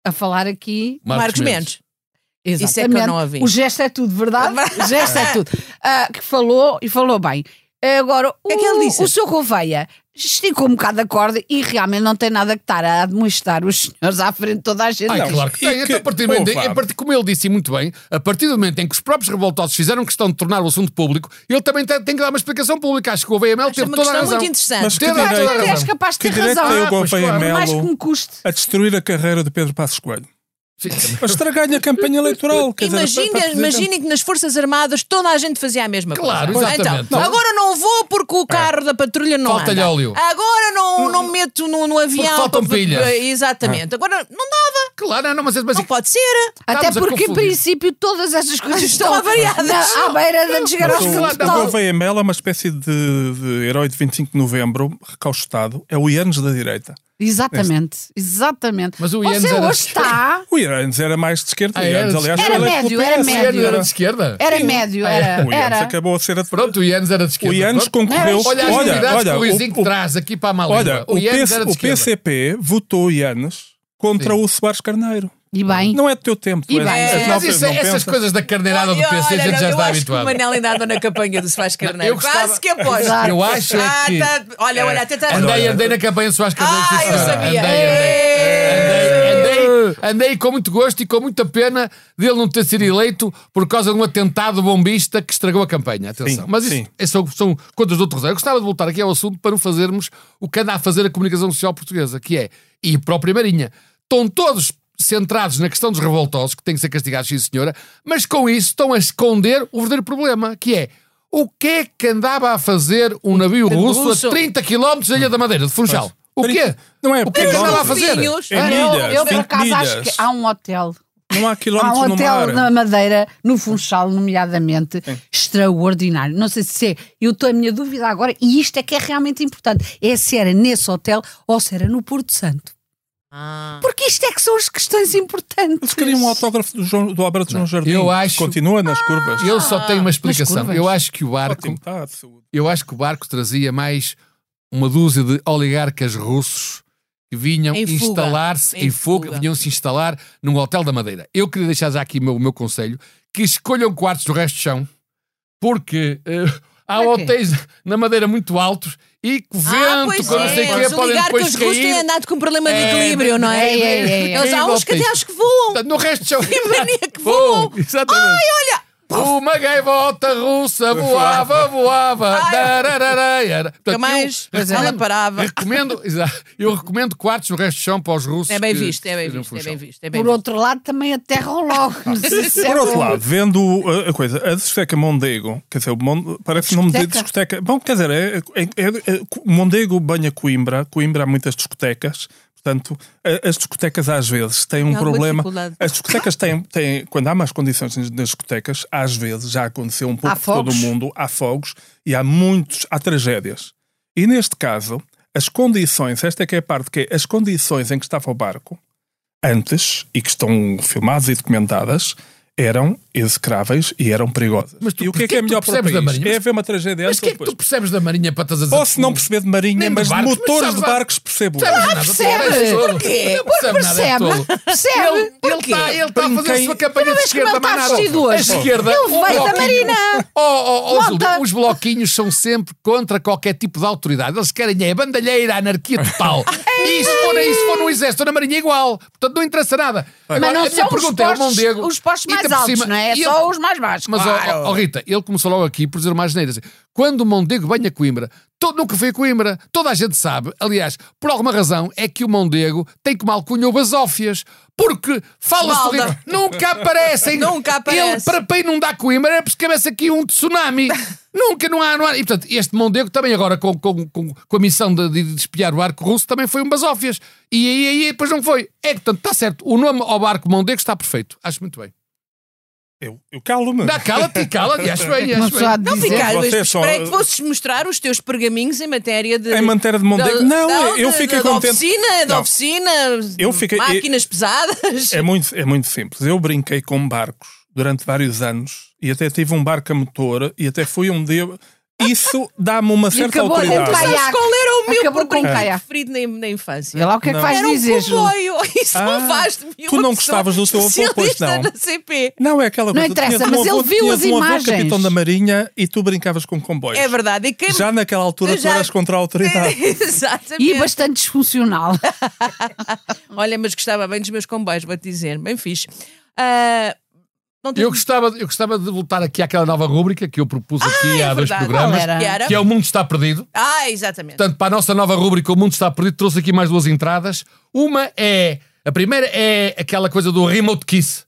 Speaker 2: a falar aqui.
Speaker 3: Marcos Mendes. Isso é que eu não ouvi.
Speaker 2: O gesto é tudo, verdade?
Speaker 3: Verdade.
Speaker 2: O gesto é tudo. Ah, que falou e falou bem. Agora, o,
Speaker 3: que é que ele disse?
Speaker 2: o seu Gouveia esticou um bocado a corda e realmente não tem nada que estar a admoestar os senhores à frente de toda a gente.
Speaker 4: Ai,
Speaker 1: Não,
Speaker 4: claro que
Speaker 1: e
Speaker 4: tem.
Speaker 1: que-
Speaker 4: Então, a partir do momento,
Speaker 1: Opa.
Speaker 4: em parti- como ele disse e muito bem, a partir do momento em que os próprios revoltosos fizeram questão de tornar o assunto público, ele também tem, tem que dar uma explicação pública. Acho que o
Speaker 3: Isto
Speaker 4: VML
Speaker 3: é
Speaker 4: teve
Speaker 3: uma
Speaker 4: toda a
Speaker 3: questão
Speaker 4: razão.
Speaker 3: muito interessante.
Speaker 1: Mas que
Speaker 4: Teve toda a
Speaker 1: direito-
Speaker 2: Tu
Speaker 4: razão.
Speaker 2: és capaz de
Speaker 1: Que
Speaker 2: ter
Speaker 1: direito
Speaker 2: razão.
Speaker 1: tem o
Speaker 4: Ah, pois
Speaker 1: Gouveia
Speaker 4: claro.
Speaker 2: Por mais que um
Speaker 1: Melo
Speaker 2: me custe.
Speaker 1: a destruir a carreira do Pedro Passos Coelho?
Speaker 4: Sim, também-
Speaker 1: Mas estragar-lhe a campanha eleitoral. quer dizer, para-
Speaker 3: Imaginem
Speaker 1: para presidente.
Speaker 3: imaginem que nas Forças Armadas toda a gente fazia a mesma
Speaker 4: Claro,
Speaker 3: coisa.
Speaker 4: exatamente.
Speaker 3: Então,
Speaker 4: Não. É.
Speaker 3: agora não vou porque o carro da patrulha não
Speaker 4: Falta-lhe
Speaker 3: anda.
Speaker 4: óleo.
Speaker 3: Agora não, não me meto no, no avião.
Speaker 4: faltam
Speaker 3: para-
Speaker 4: pilhas. É.
Speaker 3: Exatamente. Agora não dava.
Speaker 4: Claro, não, não, mas, é mas
Speaker 3: Não pode ser.
Speaker 2: Até
Speaker 4: Estamos a
Speaker 2: porque, em
Speaker 4: confundir.
Speaker 2: princípio, todas estas coisas
Speaker 3: Estão
Speaker 2: estão,
Speaker 3: avariadas.
Speaker 2: na- à beira de chegar ao
Speaker 1: Mas
Speaker 2: fundo.
Speaker 4: Claro,
Speaker 1: o-
Speaker 4: não.
Speaker 1: O
Speaker 2: total.
Speaker 1: Gouveia Melo é uma espécie de, de herói de 25 de novembro, recaustado. É o Ianes da direita.
Speaker 2: Exatamente, exatamente.
Speaker 4: Mas o Ianes
Speaker 2: Você
Speaker 4: era-
Speaker 2: hoje tá, está.
Speaker 1: O Ianes era mais de esquerda.
Speaker 4: Ah,
Speaker 1: o
Speaker 4: era
Speaker 1: Ianes,
Speaker 4: de
Speaker 1: aliás,
Speaker 2: esquerda.
Speaker 1: foi
Speaker 2: Era
Speaker 1: eleito
Speaker 2: médio, era
Speaker 1: pelo
Speaker 4: o
Speaker 1: PS.
Speaker 4: Ianes
Speaker 2: médio.
Speaker 4: era de esquerda?
Speaker 2: Era médio,
Speaker 4: Ah,
Speaker 2: era.
Speaker 1: O Ianes
Speaker 2: era.
Speaker 1: acabou a ser a
Speaker 4: Pronto, o Ianes era de esquerda.
Speaker 1: O Ianes
Speaker 4: Pronto.
Speaker 1: concorreu.
Speaker 2: Olha
Speaker 4: Olha as
Speaker 1: Olha,
Speaker 4: novidades
Speaker 1: olha,
Speaker 4: que o Luizinho
Speaker 1: o- o-
Speaker 4: traz aqui para a Malévola.
Speaker 1: olha, o,
Speaker 4: Ianes
Speaker 1: PC
Speaker 4: era de
Speaker 1: o
Speaker 4: esquerda.
Speaker 3: É.
Speaker 1: PCP votou o Ianes contra
Speaker 4: Sim.
Speaker 1: o Soares Carneiro.
Speaker 2: E bem.
Speaker 1: Não é do teu tempo. tu
Speaker 2: E
Speaker 1: és-
Speaker 2: bem.
Speaker 1: és
Speaker 4: É, Mas
Speaker 1: nova,
Speaker 4: isso,
Speaker 1: não
Speaker 4: essas
Speaker 1: pensas.
Speaker 4: coisas da carneirada do
Speaker 3: Olha,
Speaker 4: PC a
Speaker 3: olha,
Speaker 4: gente já
Speaker 3: eu
Speaker 4: está
Speaker 3: acho
Speaker 4: habituado.
Speaker 3: que o Manel ainda anda na campanha do Soares Carneiro.
Speaker 4: Eu gostava-
Speaker 3: Quase que aposto.
Speaker 4: Eu acho é
Speaker 3: Ah,
Speaker 4: que...
Speaker 3: tá- Olha, olha, até está...
Speaker 4: Andei, andei na campanha do Soares Carneiro.
Speaker 3: Ah,
Speaker 4: sim,
Speaker 3: eu
Speaker 4: senhora.
Speaker 3: sabia. É.
Speaker 4: Andei, andei, andei, andei,
Speaker 1: É.
Speaker 4: andei com muito gosto e com muita pena dele não ter sido eleito por causa de um atentado bombista que estragou a campanha.
Speaker 1: Sim,
Speaker 4: Atenção. Mas isso,
Speaker 1: sim.
Speaker 4: isso são, são contas de outro rosário. Eu gostava de voltar aqui ao assunto para não fazermos o que anda a fazer a comunicação social portuguesa, que é, e a própria Marinha, estão todos centrados na questão dos revoltosos, que têm que ser castigados, sim senhora, mas com isso estão a esconder o verdadeiro problema, que é o que é que andava a fazer um navio russo,
Speaker 3: russo.
Speaker 4: a 30 km da Ilha da Madeira, de Funchal? O quê?
Speaker 1: Não é
Speaker 4: O que é que
Speaker 1: quilómetros.
Speaker 4: andava a fazer?
Speaker 3: Filhinhos.
Speaker 1: É
Speaker 4: Hã?
Speaker 1: milhas,
Speaker 2: Eu, eu, por
Speaker 1: 20
Speaker 2: acaso, acho
Speaker 1: milhas.
Speaker 2: que há um hotel.
Speaker 1: Não há
Speaker 2: Há
Speaker 1: quilómetros
Speaker 2: um
Speaker 1: no
Speaker 2: hotel
Speaker 1: mar.
Speaker 2: na Madeira, no Funchal, nomeadamente, extraordinário. Não sei se é. Eu estou a minha dúvida agora, e isto é que é realmente importante: é se era nesse hotel ou se era no Porto Santo.
Speaker 3: Ah.
Speaker 2: Porque isto é que são as questões importantes.
Speaker 1: Mas queria um autógrafo do, João, do Alberto João Jardim.
Speaker 4: eu acho-
Speaker 1: Continua
Speaker 2: Ah,
Speaker 1: nas curvas.
Speaker 4: Eu só tenho
Speaker 3: Ah,
Speaker 4: uma explicação.
Speaker 2: curvas.
Speaker 4: Eu acho que o barco,
Speaker 1: Ótimo, está de saúde.
Speaker 4: eu acho que o barco trazia mais uma dúzia de oligarcas russos que vinham
Speaker 3: Em fuga.
Speaker 4: instalar-se
Speaker 3: Em
Speaker 4: em fuga,
Speaker 3: fuga.
Speaker 4: vinham se instalar num hotel da Madeira. Eu queria deixar já aqui o meu, o meu conselho que escolham quartos do resto do chão, porque eh, há
Speaker 2: Para quê?
Speaker 4: hotéis na Madeira muito altos e com
Speaker 3: Ah,
Speaker 4: vento,
Speaker 3: pois
Speaker 4: com não sei
Speaker 3: é.
Speaker 4: o quê,
Speaker 3: Os
Speaker 4: podem
Speaker 3: oligarcas
Speaker 4: depois
Speaker 3: russos têm
Speaker 4: cair.
Speaker 3: andado com um problema de
Speaker 4: É,
Speaker 3: equilíbrio, não é?
Speaker 2: é, é, é, é.
Speaker 3: Eles há uns que até acho que voam.
Speaker 4: Portanto, No resto do chão.
Speaker 3: Que mania que
Speaker 4: Voam,
Speaker 3: voam.
Speaker 4: Exatamente. Uma gaivota russa voava, voava.
Speaker 3: Ai.
Speaker 4: darararara. Portanto,
Speaker 3: Nunca mais
Speaker 4: eu
Speaker 3: ela parava.
Speaker 4: Recomendo, exato, eu recomendo quartos no resto do chão para os russos.
Speaker 3: É bem
Speaker 4: que-
Speaker 3: visto, é bem
Speaker 4: que não
Speaker 3: visto, é
Speaker 4: funcionam.
Speaker 3: bem visto. É bem
Speaker 2: Por
Speaker 3: visto.
Speaker 2: outro lado, também aterram logo. Isso é
Speaker 1: Por outro
Speaker 2: bom.
Speaker 1: lado, vendo uh, a coisa, a discoteca Mondego, quer dizer, o Mon- parece nome de discoteca. Bom, quer dizer, é, é, é- é- Mondego banha Coimbra, Coimbra há muitas discotecas, portanto, a- as discotecas às vezes têm um
Speaker 3: Tem alguma
Speaker 1: problema.
Speaker 3: dificuldade.
Speaker 1: As discotecas têm, têm, quando há más condições nas nas discotecas, às vezes já aconteceu um pouco
Speaker 2: Há
Speaker 1: por todo o
Speaker 2: fogos?
Speaker 1: mundo, há fogos e há muitos, há tragédias. E neste caso, as condições, esta é que é a parte que é, as condições em que estava o barco antes e que estão filmadas e documentadas eram execráveis e é perigosas.
Speaker 4: Mas tu-
Speaker 1: e o que é
Speaker 4: porquê
Speaker 1: que é
Speaker 4: que tu
Speaker 1: melhor para o
Speaker 4: percebes da
Speaker 1: país?
Speaker 4: Marinha?
Speaker 1: É haver uma tragédia
Speaker 4: Mas
Speaker 1: antes
Speaker 4: o que é
Speaker 1: ou
Speaker 4: que
Speaker 1: depois.
Speaker 4: tu percebes da marinha para estás a dizer?
Speaker 1: Posso não perceber de marinha,
Speaker 4: Nem de
Speaker 1: mas de
Speaker 4: barcos, mas
Speaker 1: motores
Speaker 4: sabes
Speaker 1: de
Speaker 4: lá-
Speaker 1: barcos percebo.
Speaker 4: Percebes
Speaker 3: Ah,
Speaker 4: nada,
Speaker 2: percebe.
Speaker 4: percebes todo.
Speaker 2: Porquê?
Speaker 4: Não percebe nada, é
Speaker 2: Percebe,
Speaker 4: tolo.
Speaker 2: percebe.
Speaker 4: Ele- Ele
Speaker 2: Porquê?
Speaker 4: está ele tá a fazer a
Speaker 1: Brinquei.
Speaker 4: sua campanha
Speaker 3: é
Speaker 4: de
Speaker 2: vês como ele
Speaker 4: esquerda,
Speaker 3: tá
Speaker 2: está
Speaker 4: mais nada. é
Speaker 2: vestido
Speaker 4: A
Speaker 2: hoje?
Speaker 4: esquerda. um
Speaker 2: Ele
Speaker 4: o
Speaker 2: veio da
Speaker 4: bloquinho-
Speaker 2: Marina.
Speaker 4: Oh, oh, oh,
Speaker 2: Volta.
Speaker 4: Zilda, os bloquinhos são sempre contra qualquer tipo de autoridade. Eles querem é a bandalheira, a anarquia total.
Speaker 2: É
Speaker 4: e se for, e se for no exército ou na marinha, igual. Portanto, não interessa nada.
Speaker 2: Mas não são os
Speaker 4: é ao
Speaker 2: postos,
Speaker 4: Mondego,
Speaker 2: os postos
Speaker 4: e
Speaker 2: mais
Speaker 4: ainda por
Speaker 2: altos,
Speaker 4: cima-
Speaker 2: não é?
Speaker 4: e
Speaker 2: Só
Speaker 4: ele-
Speaker 2: os mais baixos.
Speaker 4: Mas, ó,
Speaker 2: claro.
Speaker 4: ó, ó, Rita, ele começou logo aqui por dizer mais neiras. Quando o Mondego vem a Coimbra, todo, nunca foi a Coimbra, toda a gente sabe. Aliás, por alguma razão, é que o Mondego tem como alcunha o Basófias. Porque fala-se
Speaker 3: Balda.
Speaker 4: do livro, nunca aparecem.
Speaker 3: Nunca
Speaker 4: Ele,
Speaker 3: aparece.
Speaker 4: para, para inundar Coimbra, era porque cabeça aqui um tsunami. nunca, não há, não há. E, portanto, este Mondego também agora, com, com, com, com a missão de, de espiar o arco russo, também foi um Basófias. E aí, aí, depois não foi. É que, portanto, está certo. O nome ao barco Mondego está perfeito. Acho muito bem.
Speaker 1: Eu, eu calo-me.
Speaker 4: Dá, cala-te, cala-te. Acho bem,
Speaker 2: Uma
Speaker 4: acho bem.
Speaker 2: pessoa a dizer.
Speaker 3: Não ficar,
Speaker 1: Vocês
Speaker 3: mas
Speaker 1: são- eh,
Speaker 3: esperei que fosses mostrar os teus pergaminhos em matéria de.
Speaker 1: Em matéria de Mondego.
Speaker 3: da-
Speaker 1: Não,
Speaker 3: da-
Speaker 1: eu
Speaker 3: da-
Speaker 1: fiquei
Speaker 3: da
Speaker 1: contente.
Speaker 3: Oficina, da
Speaker 1: Não.
Speaker 3: oficina,
Speaker 1: Eu fiquei-
Speaker 3: máquinas pesadas.
Speaker 1: É muito, é muito simples. Eu brinquei com barcos durante vários anos e até tive um barco a motor e até fui um dia. Isso dá-me uma certa
Speaker 2: acabou a
Speaker 1: autoridade.
Speaker 2: vontade.
Speaker 3: Sabes
Speaker 2: Caiaque.
Speaker 3: qual era o meu
Speaker 2: Acabou com
Speaker 3: brinquedo
Speaker 2: caiaque.
Speaker 3: preferido na, na infância?
Speaker 2: Vê lá o que é que
Speaker 1: Não.
Speaker 2: vais
Speaker 3: Era um
Speaker 2: dizer, Ju.
Speaker 3: comboio. Isso
Speaker 1: Ah,
Speaker 3: não faz de mim
Speaker 1: tu
Speaker 3: uma
Speaker 1: não
Speaker 3: pessoa
Speaker 1: gostavas do teu avô, pois
Speaker 3: especialista
Speaker 1: não.
Speaker 3: na CP.
Speaker 1: Não é aquela
Speaker 2: Não
Speaker 1: coisa.
Speaker 2: interessa,
Speaker 1: Tinhas um
Speaker 2: mas ele
Speaker 1: avô-
Speaker 2: viu
Speaker 1: tinhas
Speaker 2: as
Speaker 1: um avô
Speaker 2: imagens.
Speaker 1: capitão da Marinha e tu brincavas com comboios.
Speaker 3: É verdade. E quem...
Speaker 1: Já naquela altura tu
Speaker 3: já-
Speaker 1: eras contra a autoridade.
Speaker 3: Exatamente.
Speaker 2: E bastante disfuncional.
Speaker 3: Olha, mas gostava bem dos meus comboios, vou-te dizer. Bem fixe. Ah, não
Speaker 4: Eu gostava, eu gostava de voltar aqui àquela nova rúbrica que eu propus aqui há dois
Speaker 2: Ah, é Qual
Speaker 4: programas,
Speaker 2: era?
Speaker 3: Que era?
Speaker 4: que é O Mundo Está Perdido.
Speaker 3: Ah, exatamente.
Speaker 4: Portanto, para a nossa nova rúbrica O Mundo Está Perdido, trouxe aqui mais duas entradas. Uma é A primeira é aquela coisa do remote kiss,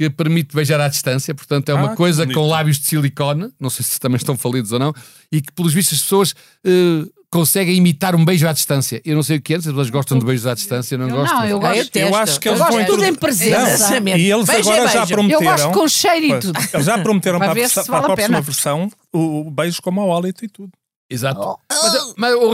Speaker 4: que permite beijar à distância, portanto é uma
Speaker 1: Ah, que
Speaker 4: coisa
Speaker 1: bonito.
Speaker 4: com lábios de silicone, não sei se também estão falidos ou não, e que pelos vistos as pessoas eh, conseguem imitar um beijo à distância. Eu não sei o que é, se as pessoas gostam de beijos à distância, não, gostam.
Speaker 2: não, eu
Speaker 3: Ah,
Speaker 2: gosto.
Speaker 3: detesto.
Speaker 1: acho que eles
Speaker 2: gosto
Speaker 1: vão
Speaker 2: de tudo
Speaker 1: introdu-
Speaker 2: em presença.
Speaker 1: Não, E eles
Speaker 3: Beijo é
Speaker 1: agora já
Speaker 3: beijo.
Speaker 2: Eu
Speaker 1: prometeram.
Speaker 2: gosto com cheiro e
Speaker 1: Pois,
Speaker 4: É.
Speaker 2: tudo.
Speaker 1: eles já prometeram
Speaker 2: Para
Speaker 1: para, a,
Speaker 2: ver
Speaker 1: versa-
Speaker 2: se vale
Speaker 1: para a
Speaker 2: a pena.
Speaker 1: próxima versão o, o beijo como ao hálito e tudo.
Speaker 4: Exato.
Speaker 1: Oh.
Speaker 4: Mas, é, mas o,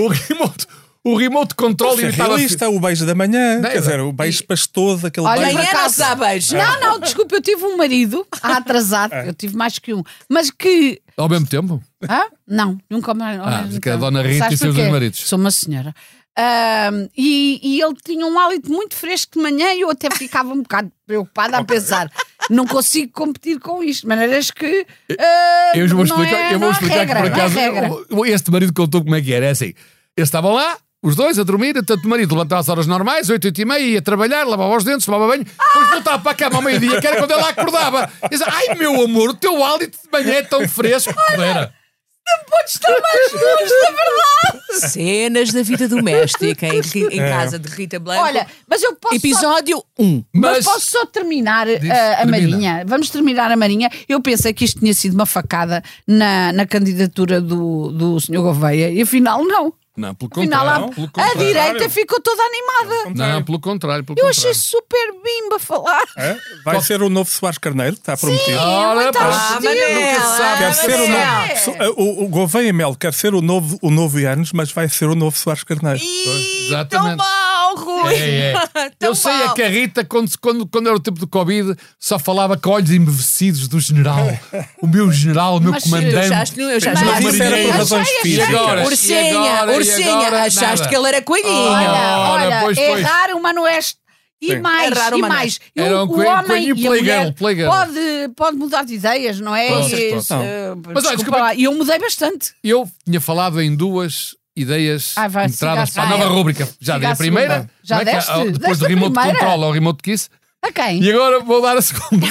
Speaker 4: o remote, o remote control
Speaker 1: Isso é
Speaker 4: imitava-
Speaker 1: realista, o beijo da manhã,
Speaker 4: Não,
Speaker 1: quer dizer, o beijo pastoso, aquele
Speaker 2: Olha,
Speaker 1: beijo.
Speaker 2: por
Speaker 3: Amanhã não
Speaker 2: acaso- é.
Speaker 3: se dá beijo.
Speaker 2: Não, não, desculpa, eu tive um marido
Speaker 4: É.
Speaker 2: ah, atrasado, eu tive mais que um, mas que.
Speaker 4: Ao mesmo tempo?
Speaker 2: Hã? Não, nunca mais.
Speaker 4: Ah,
Speaker 2: olha,
Speaker 4: que a
Speaker 2: nunca-
Speaker 4: dona Rita
Speaker 2: Sabes
Speaker 4: e seus
Speaker 2: porquê?
Speaker 4: dois maridos.
Speaker 2: Sou uma senhora. Ahm, e, e ele tinha um hálito muito fresco de manhã e eu até ficava um bocado preocupada a pensar. Não consigo competir com isto, de maneiras que. ah,
Speaker 4: Eu vou
Speaker 2: não
Speaker 4: explicar,
Speaker 2: é-
Speaker 4: eu vou
Speaker 2: não há
Speaker 4: explicar
Speaker 2: regra,
Speaker 4: que por
Speaker 2: não há
Speaker 4: acaso
Speaker 2: regra.
Speaker 4: o- este marido contou como é que era. É assim: eles estavam lá, os dois a dormir, tanto o marido levantava às horas normais, 8, 8 e meia, ia trabalhar, lavava os dentes, tomava banho, depois voltava para a cama ao meio-dia, que era quando ela acordava. E dizia, Ai meu amor, o teu hálito de manhã é tão fresco. Era.
Speaker 2: Podes estar mais longe da verdade.
Speaker 3: Cenas da vida doméstica em, Ri- em casa de Rita Blanco.
Speaker 2: Olha, mas eu posso. só-
Speaker 3: Episódio 1.
Speaker 2: Mas,
Speaker 4: Mas,
Speaker 2: posso só terminar uh, a
Speaker 4: termina.
Speaker 2: Marinha? Vamos terminar a Marinha. Eu pensei que isto tinha sido uma facada na, na candidatura do, do Sr. Gouveia e afinal não.
Speaker 4: não, pelo
Speaker 2: Afinal,
Speaker 4: contrário.
Speaker 2: a-
Speaker 4: pelo
Speaker 2: a,
Speaker 4: contrário.
Speaker 2: direita ficou toda animada.
Speaker 4: Não, pelo contrário. Pelo
Speaker 2: Eu
Speaker 4: contrário.
Speaker 2: achei super bimba falar.
Speaker 1: É? Vai ser o novo Soares Carneiro, está prometido.
Speaker 4: Ora,
Speaker 2: muito
Speaker 4: pá,
Speaker 2: hostil.
Speaker 3: Manela,
Speaker 4: sabe.
Speaker 1: Quer
Speaker 3: ah,
Speaker 1: ser
Speaker 2: é.
Speaker 1: o
Speaker 3: Manela.
Speaker 1: novo. So- eh, O, o Gouveia Mel quer ser o novo, o novo Ianes, mas vai ser o novo Soares Carneiro.
Speaker 3: Ih, Tão
Speaker 4: Exatamente.
Speaker 3: mal, Rui.
Speaker 4: É, é.
Speaker 3: Tão
Speaker 4: Eu sei é
Speaker 3: mal.
Speaker 4: que a Rita, quando, quando, quando era o tempo do Covid, só falava com olhos embevecidos do general. O meu general, o meu
Speaker 2: Mas,
Speaker 3: Eu
Speaker 4: comandante.
Speaker 3: já acho- eu já
Speaker 2: Mas
Speaker 3: acho- é.
Speaker 1: isso era é por
Speaker 4: Achei,
Speaker 1: razões
Speaker 2: achei.
Speaker 1: físicas. é?
Speaker 4: E agora?
Speaker 3: Ursinha,
Speaker 4: E agora? E
Speaker 3: ursinha,
Speaker 4: agora?
Speaker 3: achaste
Speaker 4: Nada.
Speaker 3: que ele era coelhinho.
Speaker 2: Olha,
Speaker 4: Ora,
Speaker 2: olha,
Speaker 4: pois, pois.
Speaker 2: errar o Manoeste. E
Speaker 1: Sim.
Speaker 2: mais,
Speaker 3: Errar o
Speaker 2: e
Speaker 3: Manoeste.
Speaker 2: mais.
Speaker 4: Era um
Speaker 2: o, o
Speaker 4: coelho-
Speaker 2: homem
Speaker 4: coelhinho
Speaker 2: e a
Speaker 4: playgirl,
Speaker 2: mulher
Speaker 4: playgirl.
Speaker 2: Pode, pode mudar de ideias, não é?
Speaker 4: Pode,
Speaker 2: E,
Speaker 4: pode.
Speaker 2: se-
Speaker 4: Mas, olha,
Speaker 2: desculpa
Speaker 4: desculpa-
Speaker 2: lá. E eu mudei bastante.
Speaker 4: Eu tinha falado em duas ideias
Speaker 2: Ah, vai,
Speaker 4: entradas
Speaker 2: siga a
Speaker 4: para a
Speaker 2: segunda.
Speaker 4: nova rúbrica. Já
Speaker 2: Siga
Speaker 4: dei
Speaker 2: a
Speaker 4: a primeira.
Speaker 2: segunda. Já
Speaker 4: não é? Que,
Speaker 2: deste?
Speaker 4: ah, Depois
Speaker 2: Deste
Speaker 4: do
Speaker 2: a
Speaker 4: remote
Speaker 2: primeira?
Speaker 4: control ao remote kiss.
Speaker 2: A quem?
Speaker 4: E agora vou dar a segunda.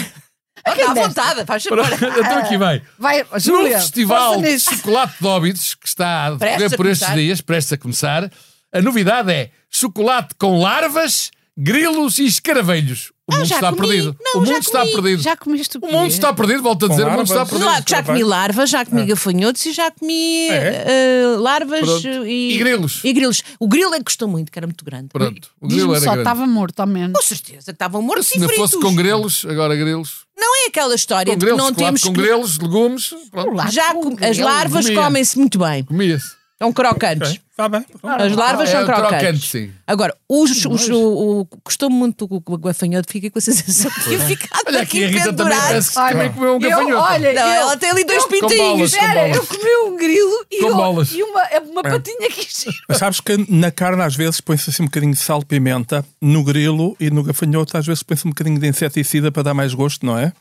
Speaker 2: A quem é
Speaker 3: Está à
Speaker 2: deste?
Speaker 3: vontade, faz favor.
Speaker 4: Estou aqui bem.
Speaker 2: Vai,
Speaker 4: No
Speaker 2: Júlia,
Speaker 4: Festival
Speaker 2: força
Speaker 4: de
Speaker 2: nisso.
Speaker 4: Chocolate de Óbidos, que está a
Speaker 3: Prestes a
Speaker 4: decorrer por estes
Speaker 3: começar.
Speaker 4: dias, prestes a começar, a novidade é chocolate com larvas, grilos e escaravelhos. O mundo
Speaker 3: Ah, já
Speaker 4: está
Speaker 3: comi.
Speaker 4: perdido.
Speaker 3: Não,
Speaker 4: o mundo
Speaker 3: já
Speaker 4: está
Speaker 3: comi.
Speaker 4: perdido.
Speaker 2: Já comeste o
Speaker 4: O mundo está perdido, volto a
Speaker 1: Com
Speaker 4: dizer, o mundo está
Speaker 1: larvas?
Speaker 4: perdido.
Speaker 3: Claro, já comi
Speaker 1: Trabalho.
Speaker 3: larvas, já
Speaker 4: Ah.
Speaker 3: comi gafanhotos e já comi eh, larvas
Speaker 4: é? Pronto.
Speaker 3: e,
Speaker 4: E grilos.
Speaker 3: e grilos. O grilo é que custou muito, que era muito grande.
Speaker 4: Pronto, o grilo
Speaker 2: Diz-me
Speaker 4: era
Speaker 2: só,
Speaker 4: grande.
Speaker 2: estava morto ao menos.
Speaker 3: Com certeza, que estavam mortos
Speaker 4: Se
Speaker 3: e
Speaker 4: não
Speaker 3: fritos.
Speaker 4: fosse com grelos, agora grelos.
Speaker 3: Não é aquela história
Speaker 4: Com
Speaker 3: de que
Speaker 4: grelos,
Speaker 3: não
Speaker 4: chocolate
Speaker 3: temos
Speaker 4: com
Speaker 3: que-
Speaker 4: grelos, legumes, pronto,
Speaker 3: Já
Speaker 2: Com
Speaker 3: com-
Speaker 2: grilo.
Speaker 3: as larvas
Speaker 4: Comia.
Speaker 3: comem-se muito bem.
Speaker 4: comia-se.
Speaker 3: São crocantes.
Speaker 1: Está Tá bem.
Speaker 3: As larvas
Speaker 4: É
Speaker 3: são
Speaker 4: o
Speaker 3: crocantes.
Speaker 4: crocante, sim.
Speaker 3: Agora, os, os, o, o, custou-me muito o, o gafanhoto, fiquei com a sensação que tinha ficado
Speaker 4: é. Olha aqui,
Speaker 3: aqui
Speaker 4: a Rita também
Speaker 3: pendurado.
Speaker 4: parece que também comeu um
Speaker 2: eu-
Speaker 4: gafanhoto.
Speaker 2: olha,
Speaker 3: Não,
Speaker 2: Eu-
Speaker 3: ela tem ali dois
Speaker 2: eu-
Speaker 3: pintinhos. É,
Speaker 4: bolas. Com
Speaker 2: Espera,
Speaker 4: bolas.
Speaker 2: eu comi um grilo e,
Speaker 4: Com
Speaker 2: eu-
Speaker 4: bolas. É.
Speaker 2: e uma, é uma patinha que
Speaker 1: Mas sabes que na carne às vezes põe-se assim um bocadinho de sal, pimenta, no grilo e no gafanhoto às vezes põe-se um bocadinho de inseticida para dar mais gosto, não é?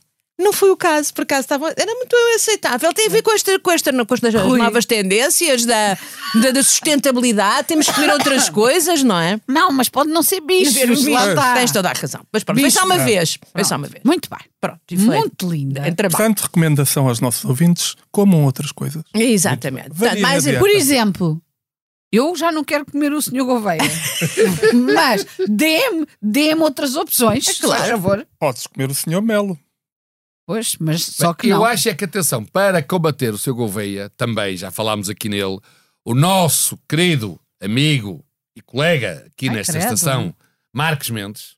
Speaker 3: Não foi o caso, por acaso estava. Era muito aceitável. Tem a ver com, esta, com, esta, com estas
Speaker 2: Rui.
Speaker 3: novas tendências da, da, da sustentabilidade. Temos que comer outras coisas, não é?
Speaker 2: Não, mas pode não ser um bicho.
Speaker 3: Lá está. Tens toda a razão. Mas pronto, foi
Speaker 2: Bicho.
Speaker 3: só uma
Speaker 2: Ah.
Speaker 3: vez. Foi só uma vez.
Speaker 2: Muito bem.
Speaker 3: Pronto, e foi.
Speaker 2: Muito linda.
Speaker 3: Em trabalho.
Speaker 1: Portanto, recomendação aos nossos ouvintes: comam outras coisas.
Speaker 3: Exatamente. Portanto,
Speaker 1: Varia
Speaker 3: mais,
Speaker 1: na
Speaker 2: Por
Speaker 1: dieta.
Speaker 2: exemplo, eu já não quero comer o senhor Gouveia. mas dê-me dê outras opções,
Speaker 3: claro.
Speaker 2: por favor.
Speaker 1: Podes comer o senhor Melo.
Speaker 2: Pois, mas só que
Speaker 4: eu
Speaker 2: não.
Speaker 4: acho é que, atenção, para combater o seu Gouveia, também já falámos aqui nele, o nosso querido amigo e colega aqui
Speaker 2: Ai,
Speaker 4: nesta
Speaker 2: credo.
Speaker 4: estação, Marcos Mendes,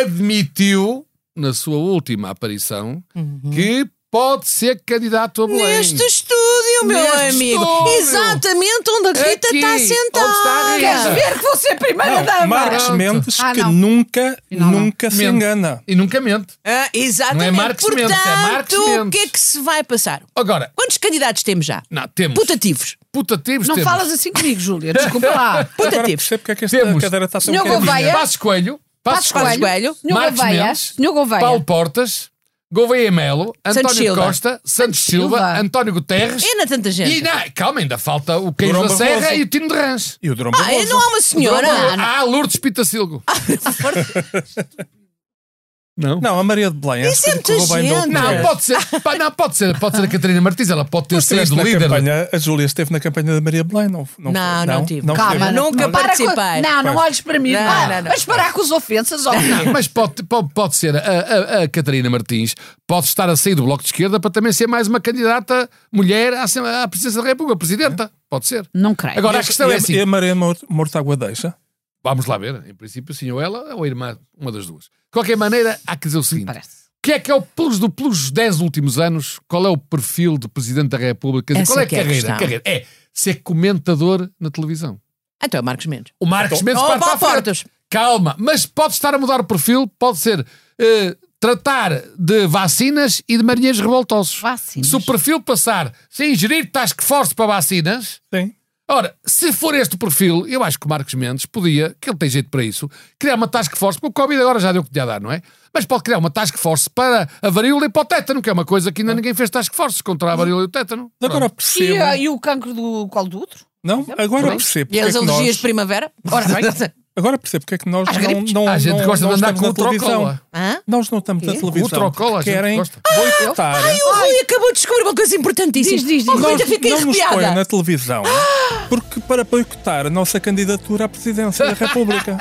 Speaker 4: admitiu na sua última aparição
Speaker 2: Uhum.
Speaker 4: que pode ser candidato a Belém.
Speaker 3: Neste estúdio, meu
Speaker 4: Neste
Speaker 3: amigo.
Speaker 4: estúdio.
Speaker 3: Exatamente onde a Rita
Speaker 4: Aqui,
Speaker 3: está
Speaker 4: onde está
Speaker 3: sentada.
Speaker 4: a Rita.
Speaker 2: Queres ver que vou ser primeira
Speaker 1: Não,
Speaker 2: dama?
Speaker 1: Marcos
Speaker 4: Pronto.
Speaker 1: Mendes,
Speaker 2: Ah,
Speaker 1: que
Speaker 2: não.
Speaker 1: nunca,
Speaker 2: Não, não.
Speaker 1: nunca se
Speaker 4: Mendes.
Speaker 1: engana.
Speaker 4: E nunca mente.
Speaker 3: Ah, exatamente.
Speaker 4: Não é Marcos
Speaker 3: Portanto,
Speaker 4: Mendes, é Marcos
Speaker 3: o que é
Speaker 4: Mendes.
Speaker 3: que se vai passar?
Speaker 4: Agora,
Speaker 3: Quantos candidatos temos já?
Speaker 4: não, temos
Speaker 3: Putativos.
Speaker 4: putativos,
Speaker 2: Não
Speaker 4: temos
Speaker 2: falas assim comigo, Júlia. Desculpa
Speaker 4: Ah.
Speaker 2: lá.
Speaker 1: Agora
Speaker 3: Putativos.
Speaker 1: percebo porque é que esta
Speaker 4: Temos.
Speaker 1: cadeira está sempre
Speaker 2: Senhor Gouveia.
Speaker 4: Passos Coelho, Passos
Speaker 3: Passos
Speaker 4: Coelho,
Speaker 3: Coelho,
Speaker 2: Senhor
Speaker 4: Marcos
Speaker 2: Gouveia,
Speaker 4: Mendes,
Speaker 2: senhor Gouveia.
Speaker 4: Paulo Portas, Gouveia Melo, António
Speaker 3: Silva.
Speaker 4: Costa, Santos Silva,
Speaker 2: Silva.
Speaker 4: António Guterres.
Speaker 3: E não é tanta gente.
Speaker 4: E na, calma, ainda falta o Queijo
Speaker 1: Durão
Speaker 4: da Serra
Speaker 1: Barroso.
Speaker 4: e o Tino de Rãs.
Speaker 1: E o Durão
Speaker 3: Ah,
Speaker 1: Barroso.
Speaker 3: não há uma senhora.
Speaker 4: Ah, Lourdes Pitacilgo. Não?
Speaker 1: Não, a Maria de Belém. acho que
Speaker 3: é muita
Speaker 1: correu bem da
Speaker 3: gente.
Speaker 1: última
Speaker 4: Não,
Speaker 1: vez.
Speaker 4: pode ser, pá, não, pode ser, pode ser a Catarina Martins, ela pode ter
Speaker 1: Estiveste
Speaker 4: sido
Speaker 1: na
Speaker 4: líder.
Speaker 1: campanha, a Júlia esteve na campanha da Maria de Belém, não Não,
Speaker 3: Não,
Speaker 1: foi?
Speaker 3: não tive.
Speaker 2: Calma,
Speaker 1: esteve?
Speaker 2: não-
Speaker 3: Nunca
Speaker 2: não para com-
Speaker 3: participei.
Speaker 2: Não, não
Speaker 1: Pois.
Speaker 2: olhes para mim.
Speaker 3: Não,
Speaker 2: pá.
Speaker 3: não, não.
Speaker 2: Mas parar com as ofensas, ó.
Speaker 4: Mas pode, pode, pode ser, a, a, a Catarina Martins pode estar a sair do Bloco de Esquerda para também ser mais uma candidata mulher à, Assem- à presidência da República,
Speaker 3: É.
Speaker 4: presidenta. Pode ser.
Speaker 2: Não creio.
Speaker 4: Agora, a questão
Speaker 1: e,
Speaker 4: é
Speaker 1: a-
Speaker 4: assim.
Speaker 1: e a Maria Mor- Mortágua deixa?
Speaker 4: Vamos lá ver, em princípio, sim, ou ela ou a irmã, uma das duas. De qualquer maneira, há que dizer o seguinte:
Speaker 2: Parece.
Speaker 4: o que é que é o, pelos, do, pelos 10 últimos anos, qual é o perfil de Presidente da República? Quer dizer,
Speaker 3: Essa
Speaker 4: qual é a
Speaker 3: é que é a
Speaker 4: carreira?
Speaker 3: questão.
Speaker 4: carreira? É ser comentador na televisão.
Speaker 3: Então é Marcos Mendes.
Speaker 4: O Marcos Mendes
Speaker 3: Ou
Speaker 4: parte
Speaker 3: Paulo
Speaker 4: à frente.
Speaker 3: Portas.
Speaker 4: Calma, mas pode estar a mudar o perfil, pode ser eh, tratar de vacinas e de marinheiros revoltosos.
Speaker 2: Vacinas.
Speaker 4: Se o perfil passar sem ingerir task force para vacinas,
Speaker 1: Sim.
Speaker 4: Ora, se for este o perfil, eu acho que o Marcos Mendes podia, que ele tem jeito para isso, criar uma task force, porque o Covid agora já deu o que tinha a dar, não é? Mas pode criar uma task force para a varíola e para o tétano, que é uma coisa que ainda ninguém fez task force contra a varíola e o tétano.
Speaker 1: Agora
Speaker 2: E,
Speaker 1: percebo.
Speaker 2: ah, e o cancro do colo do outro?
Speaker 1: Não, agora percebo. porque
Speaker 3: E
Speaker 1: é
Speaker 3: as
Speaker 1: que
Speaker 3: alergias
Speaker 1: nós,
Speaker 3: de primavera? Ora bem.
Speaker 1: agora percebo porque é que nós
Speaker 2: Às
Speaker 1: não,
Speaker 2: gripes.
Speaker 1: não,
Speaker 4: a gente
Speaker 1: não,
Speaker 4: gosta
Speaker 1: não
Speaker 4: de andar
Speaker 1: estamos
Speaker 4: com
Speaker 1: na
Speaker 4: o trocola.
Speaker 1: televisão.
Speaker 3: Hã?
Speaker 1: Nós não estamos na
Speaker 3: Quê?
Speaker 1: televisão.
Speaker 4: O trocola, a
Speaker 1: porque
Speaker 4: gente
Speaker 1: querem
Speaker 4: gosta.
Speaker 1: boicotar.
Speaker 3: Ai, o Rui acabou de descobrir uma coisa importantíssima.
Speaker 2: Diz, diz, diz.
Speaker 3: Oh, Rui,
Speaker 1: Nós
Speaker 3: ainda fiquei
Speaker 1: não nos põem
Speaker 3: arrepiada.
Speaker 1: na televisão porque para boicotar a nossa candidatura à presidência da República.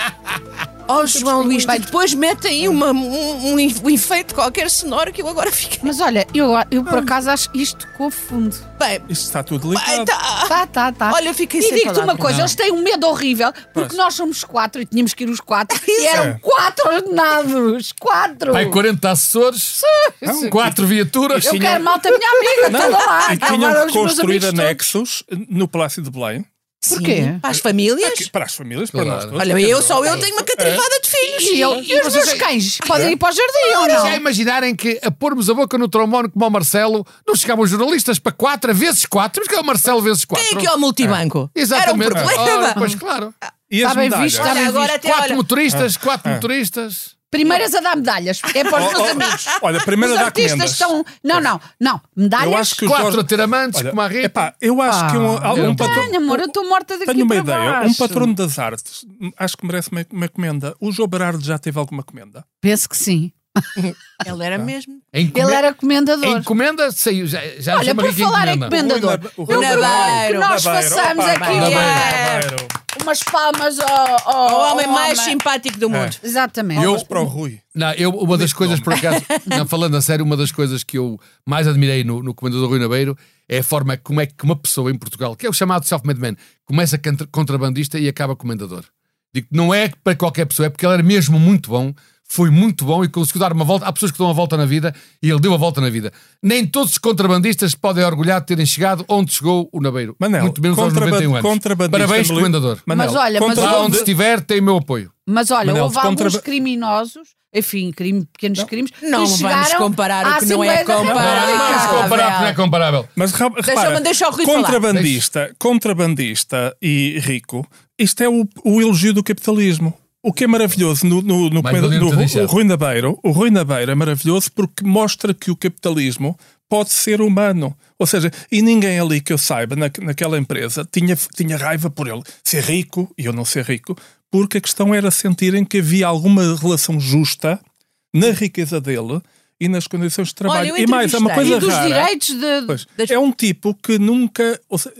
Speaker 3: Oh, João Luís, tu depois mete aí uma- um, um en- um efeito qualquer sonoro que eu agora fiquei.
Speaker 2: Mas olha, eu, eu
Speaker 1: Ah.
Speaker 2: por acaso acho isto confundo.
Speaker 3: Bem,
Speaker 1: Isto está tudo ligado.
Speaker 3: bem, tá.
Speaker 2: Tá, tá, tá.
Speaker 3: Olha, eu fiquei
Speaker 2: E
Speaker 3: sem
Speaker 2: digo-te uma
Speaker 3: palavras.
Speaker 2: coisa, eles têm um medo horrível, porque nós somos quatro e tínhamos que ir os quatro, e eram
Speaker 1: É.
Speaker 2: quatro ordenados, quatro.
Speaker 4: Vai 40 assessores,
Speaker 1: Não,
Speaker 4: quatro viaturas.
Speaker 2: eu quero malta minha amiga,
Speaker 1: Não,
Speaker 2: toda lá. Tá,
Speaker 1: e tinham
Speaker 2: ah, então Agora
Speaker 1: que
Speaker 2: os meus
Speaker 1: construir
Speaker 2: amigos
Speaker 1: anexos no Palácio de Belém
Speaker 3: Sim,
Speaker 2: Porquê?
Speaker 3: Para as famílias?
Speaker 1: que- para as famílias, para
Speaker 4: Claro.
Speaker 1: nós todos.
Speaker 3: Olha, eu só eu tenho uma catrivada de
Speaker 2: todos.
Speaker 3: filhos.
Speaker 2: E, eu- e os meus cães
Speaker 1: É.
Speaker 2: podem ir para o jardim ou
Speaker 3: Então.
Speaker 4: Já
Speaker 2: não?
Speaker 4: imaginarem que a pormos a boca no trombone como ao Marcelo, não chegavam os jornalistas para quatro, vezes quatro, porque é o Marcelo vezes quatro.
Speaker 3: Quem é que é o multibanco?
Speaker 4: Exatamente.
Speaker 3: Era um problema. Ah,
Speaker 4: Ora, pois claro.
Speaker 1: E
Speaker 2: Está
Speaker 1: as
Speaker 2: bem
Speaker 1: medalhas?
Speaker 2: visto, está
Speaker 3: Olha,
Speaker 2: bem
Speaker 3: agora
Speaker 2: visto.
Speaker 3: até
Speaker 4: Quatro
Speaker 3: olha.
Speaker 4: motoristas,
Speaker 2: Ah.
Speaker 4: quatro motoristas.
Speaker 2: Primeiras a dar medalhas, é para os
Speaker 1: Oh,
Speaker 2: meus
Speaker 1: oh,
Speaker 2: amigos.
Speaker 1: Olha, primeiro
Speaker 2: Os
Speaker 1: dá comendas.
Speaker 2: artistas estão. Não, não, não. Medalhas.
Speaker 1: Eu acho que o
Speaker 4: Quatro
Speaker 1: Jorge-
Speaker 4: a ter amantes,
Speaker 1: Olha,
Speaker 4: como a Rita.
Speaker 1: epá, eu acho que um,
Speaker 4: eu não
Speaker 1: um
Speaker 4: tenho,
Speaker 1: patrão-
Speaker 2: Tenho, amor, eu estou morta daqui
Speaker 1: Tenho uma
Speaker 2: para
Speaker 1: ideia. Um
Speaker 2: baixo.
Speaker 1: patrono das artes hum, acho que merece uma, uma comenda. O João Berardo já teve alguma comenda?
Speaker 2: Penso que sim.
Speaker 3: Ele era mesmo.
Speaker 2: Ele era
Speaker 4: A
Speaker 2: comendador.
Speaker 4: encomenda saiu, já, já
Speaker 2: Olha,
Speaker 4: foi uma
Speaker 2: por
Speaker 4: rica
Speaker 2: falar em
Speaker 4: encomenda.
Speaker 1: Rui
Speaker 2: comendador,
Speaker 1: Nabe-
Speaker 2: eu
Speaker 1: o Rui
Speaker 2: proponho que
Speaker 3: Nabeiro,
Speaker 2: nós
Speaker 1: Nabeiro,
Speaker 2: façamos
Speaker 1: opa,
Speaker 2: aqui
Speaker 1: Nabeiro,
Speaker 2: eh,
Speaker 1: Nabeiro.
Speaker 2: umas palmas ao, ao-
Speaker 3: O
Speaker 2: ao
Speaker 3: homem mais simpático do mundo.
Speaker 2: Exatamente.
Speaker 1: Palmas para o Rui.
Speaker 4: Não, eu, uma das coisas, por acaso, não, falando a sério, uma das coisas que eu mais admirei no, no comendador Rui Nabeiro é a forma como é que uma pessoa em Portugal, que é o chamado self-made man, começa contra- contrabandista e acaba comendador. Digo, não é para qualquer pessoa, é porque ele era mesmo muito bom, foi muito bom e conseguiu dar uma volta. Há pessoas que dão a volta na vida e ele deu a volta na vida. Nem todos os contrabandistas podem orgulhar de terem chegado onde chegou o Nabeiro.
Speaker 1: Manel,
Speaker 4: muito menos aos
Speaker 1: contraban-
Speaker 4: 91 anos.
Speaker 1: contrabandista
Speaker 4: Parabéns,
Speaker 1: mili-
Speaker 4: comendador.
Speaker 1: Manel,
Speaker 2: Mas olha, mas
Speaker 4: Lá onde
Speaker 1: contrabande-
Speaker 4: estiver, tem o meu apoio.
Speaker 2: Mas olha,
Speaker 1: Manel,
Speaker 2: houve
Speaker 1: se contra-
Speaker 2: alguns criminosos, enfim, crime- pequenos crimes,
Speaker 3: Não
Speaker 2: que
Speaker 3: vamos
Speaker 2: chegaram
Speaker 3: comparar o
Speaker 2: à
Speaker 3: que não é
Speaker 2: Assembleia da
Speaker 3: comparável.
Speaker 2: República.
Speaker 4: Vamos
Speaker 3: Ah,
Speaker 4: comparar porque não é comparável.
Speaker 1: Mas ra- repara,
Speaker 3: Deixa-me- deixa o Rui falar.
Speaker 1: contrabandista, contrabandista e rico, isto é o, o elogio do capitalismo. O que é maravilhoso no, no, no,
Speaker 4: Mais
Speaker 1: comendo-
Speaker 4: valia
Speaker 1: no
Speaker 4: não ter
Speaker 1: Ru-
Speaker 4: deixado.
Speaker 1: o Rui Nabeiro, o Rui Nabeiro é maravilhoso porque mostra que o capitalismo pode ser humano. Ou seja, e ninguém ali que eu saiba na, naquela empresa tinha, tinha raiva por ele ser rico e eu não ser rico, porque a questão era sentirem que havia alguma relação justa na riqueza dele e nas condições de trabalho.
Speaker 3: eu
Speaker 1: e mais, é uma coisa
Speaker 3: entrevistei.
Speaker 2: E dos
Speaker 1: rara.
Speaker 2: direitos de.
Speaker 1: Pois.
Speaker 3: Das-
Speaker 1: É um tipo que nunca. Ou seja,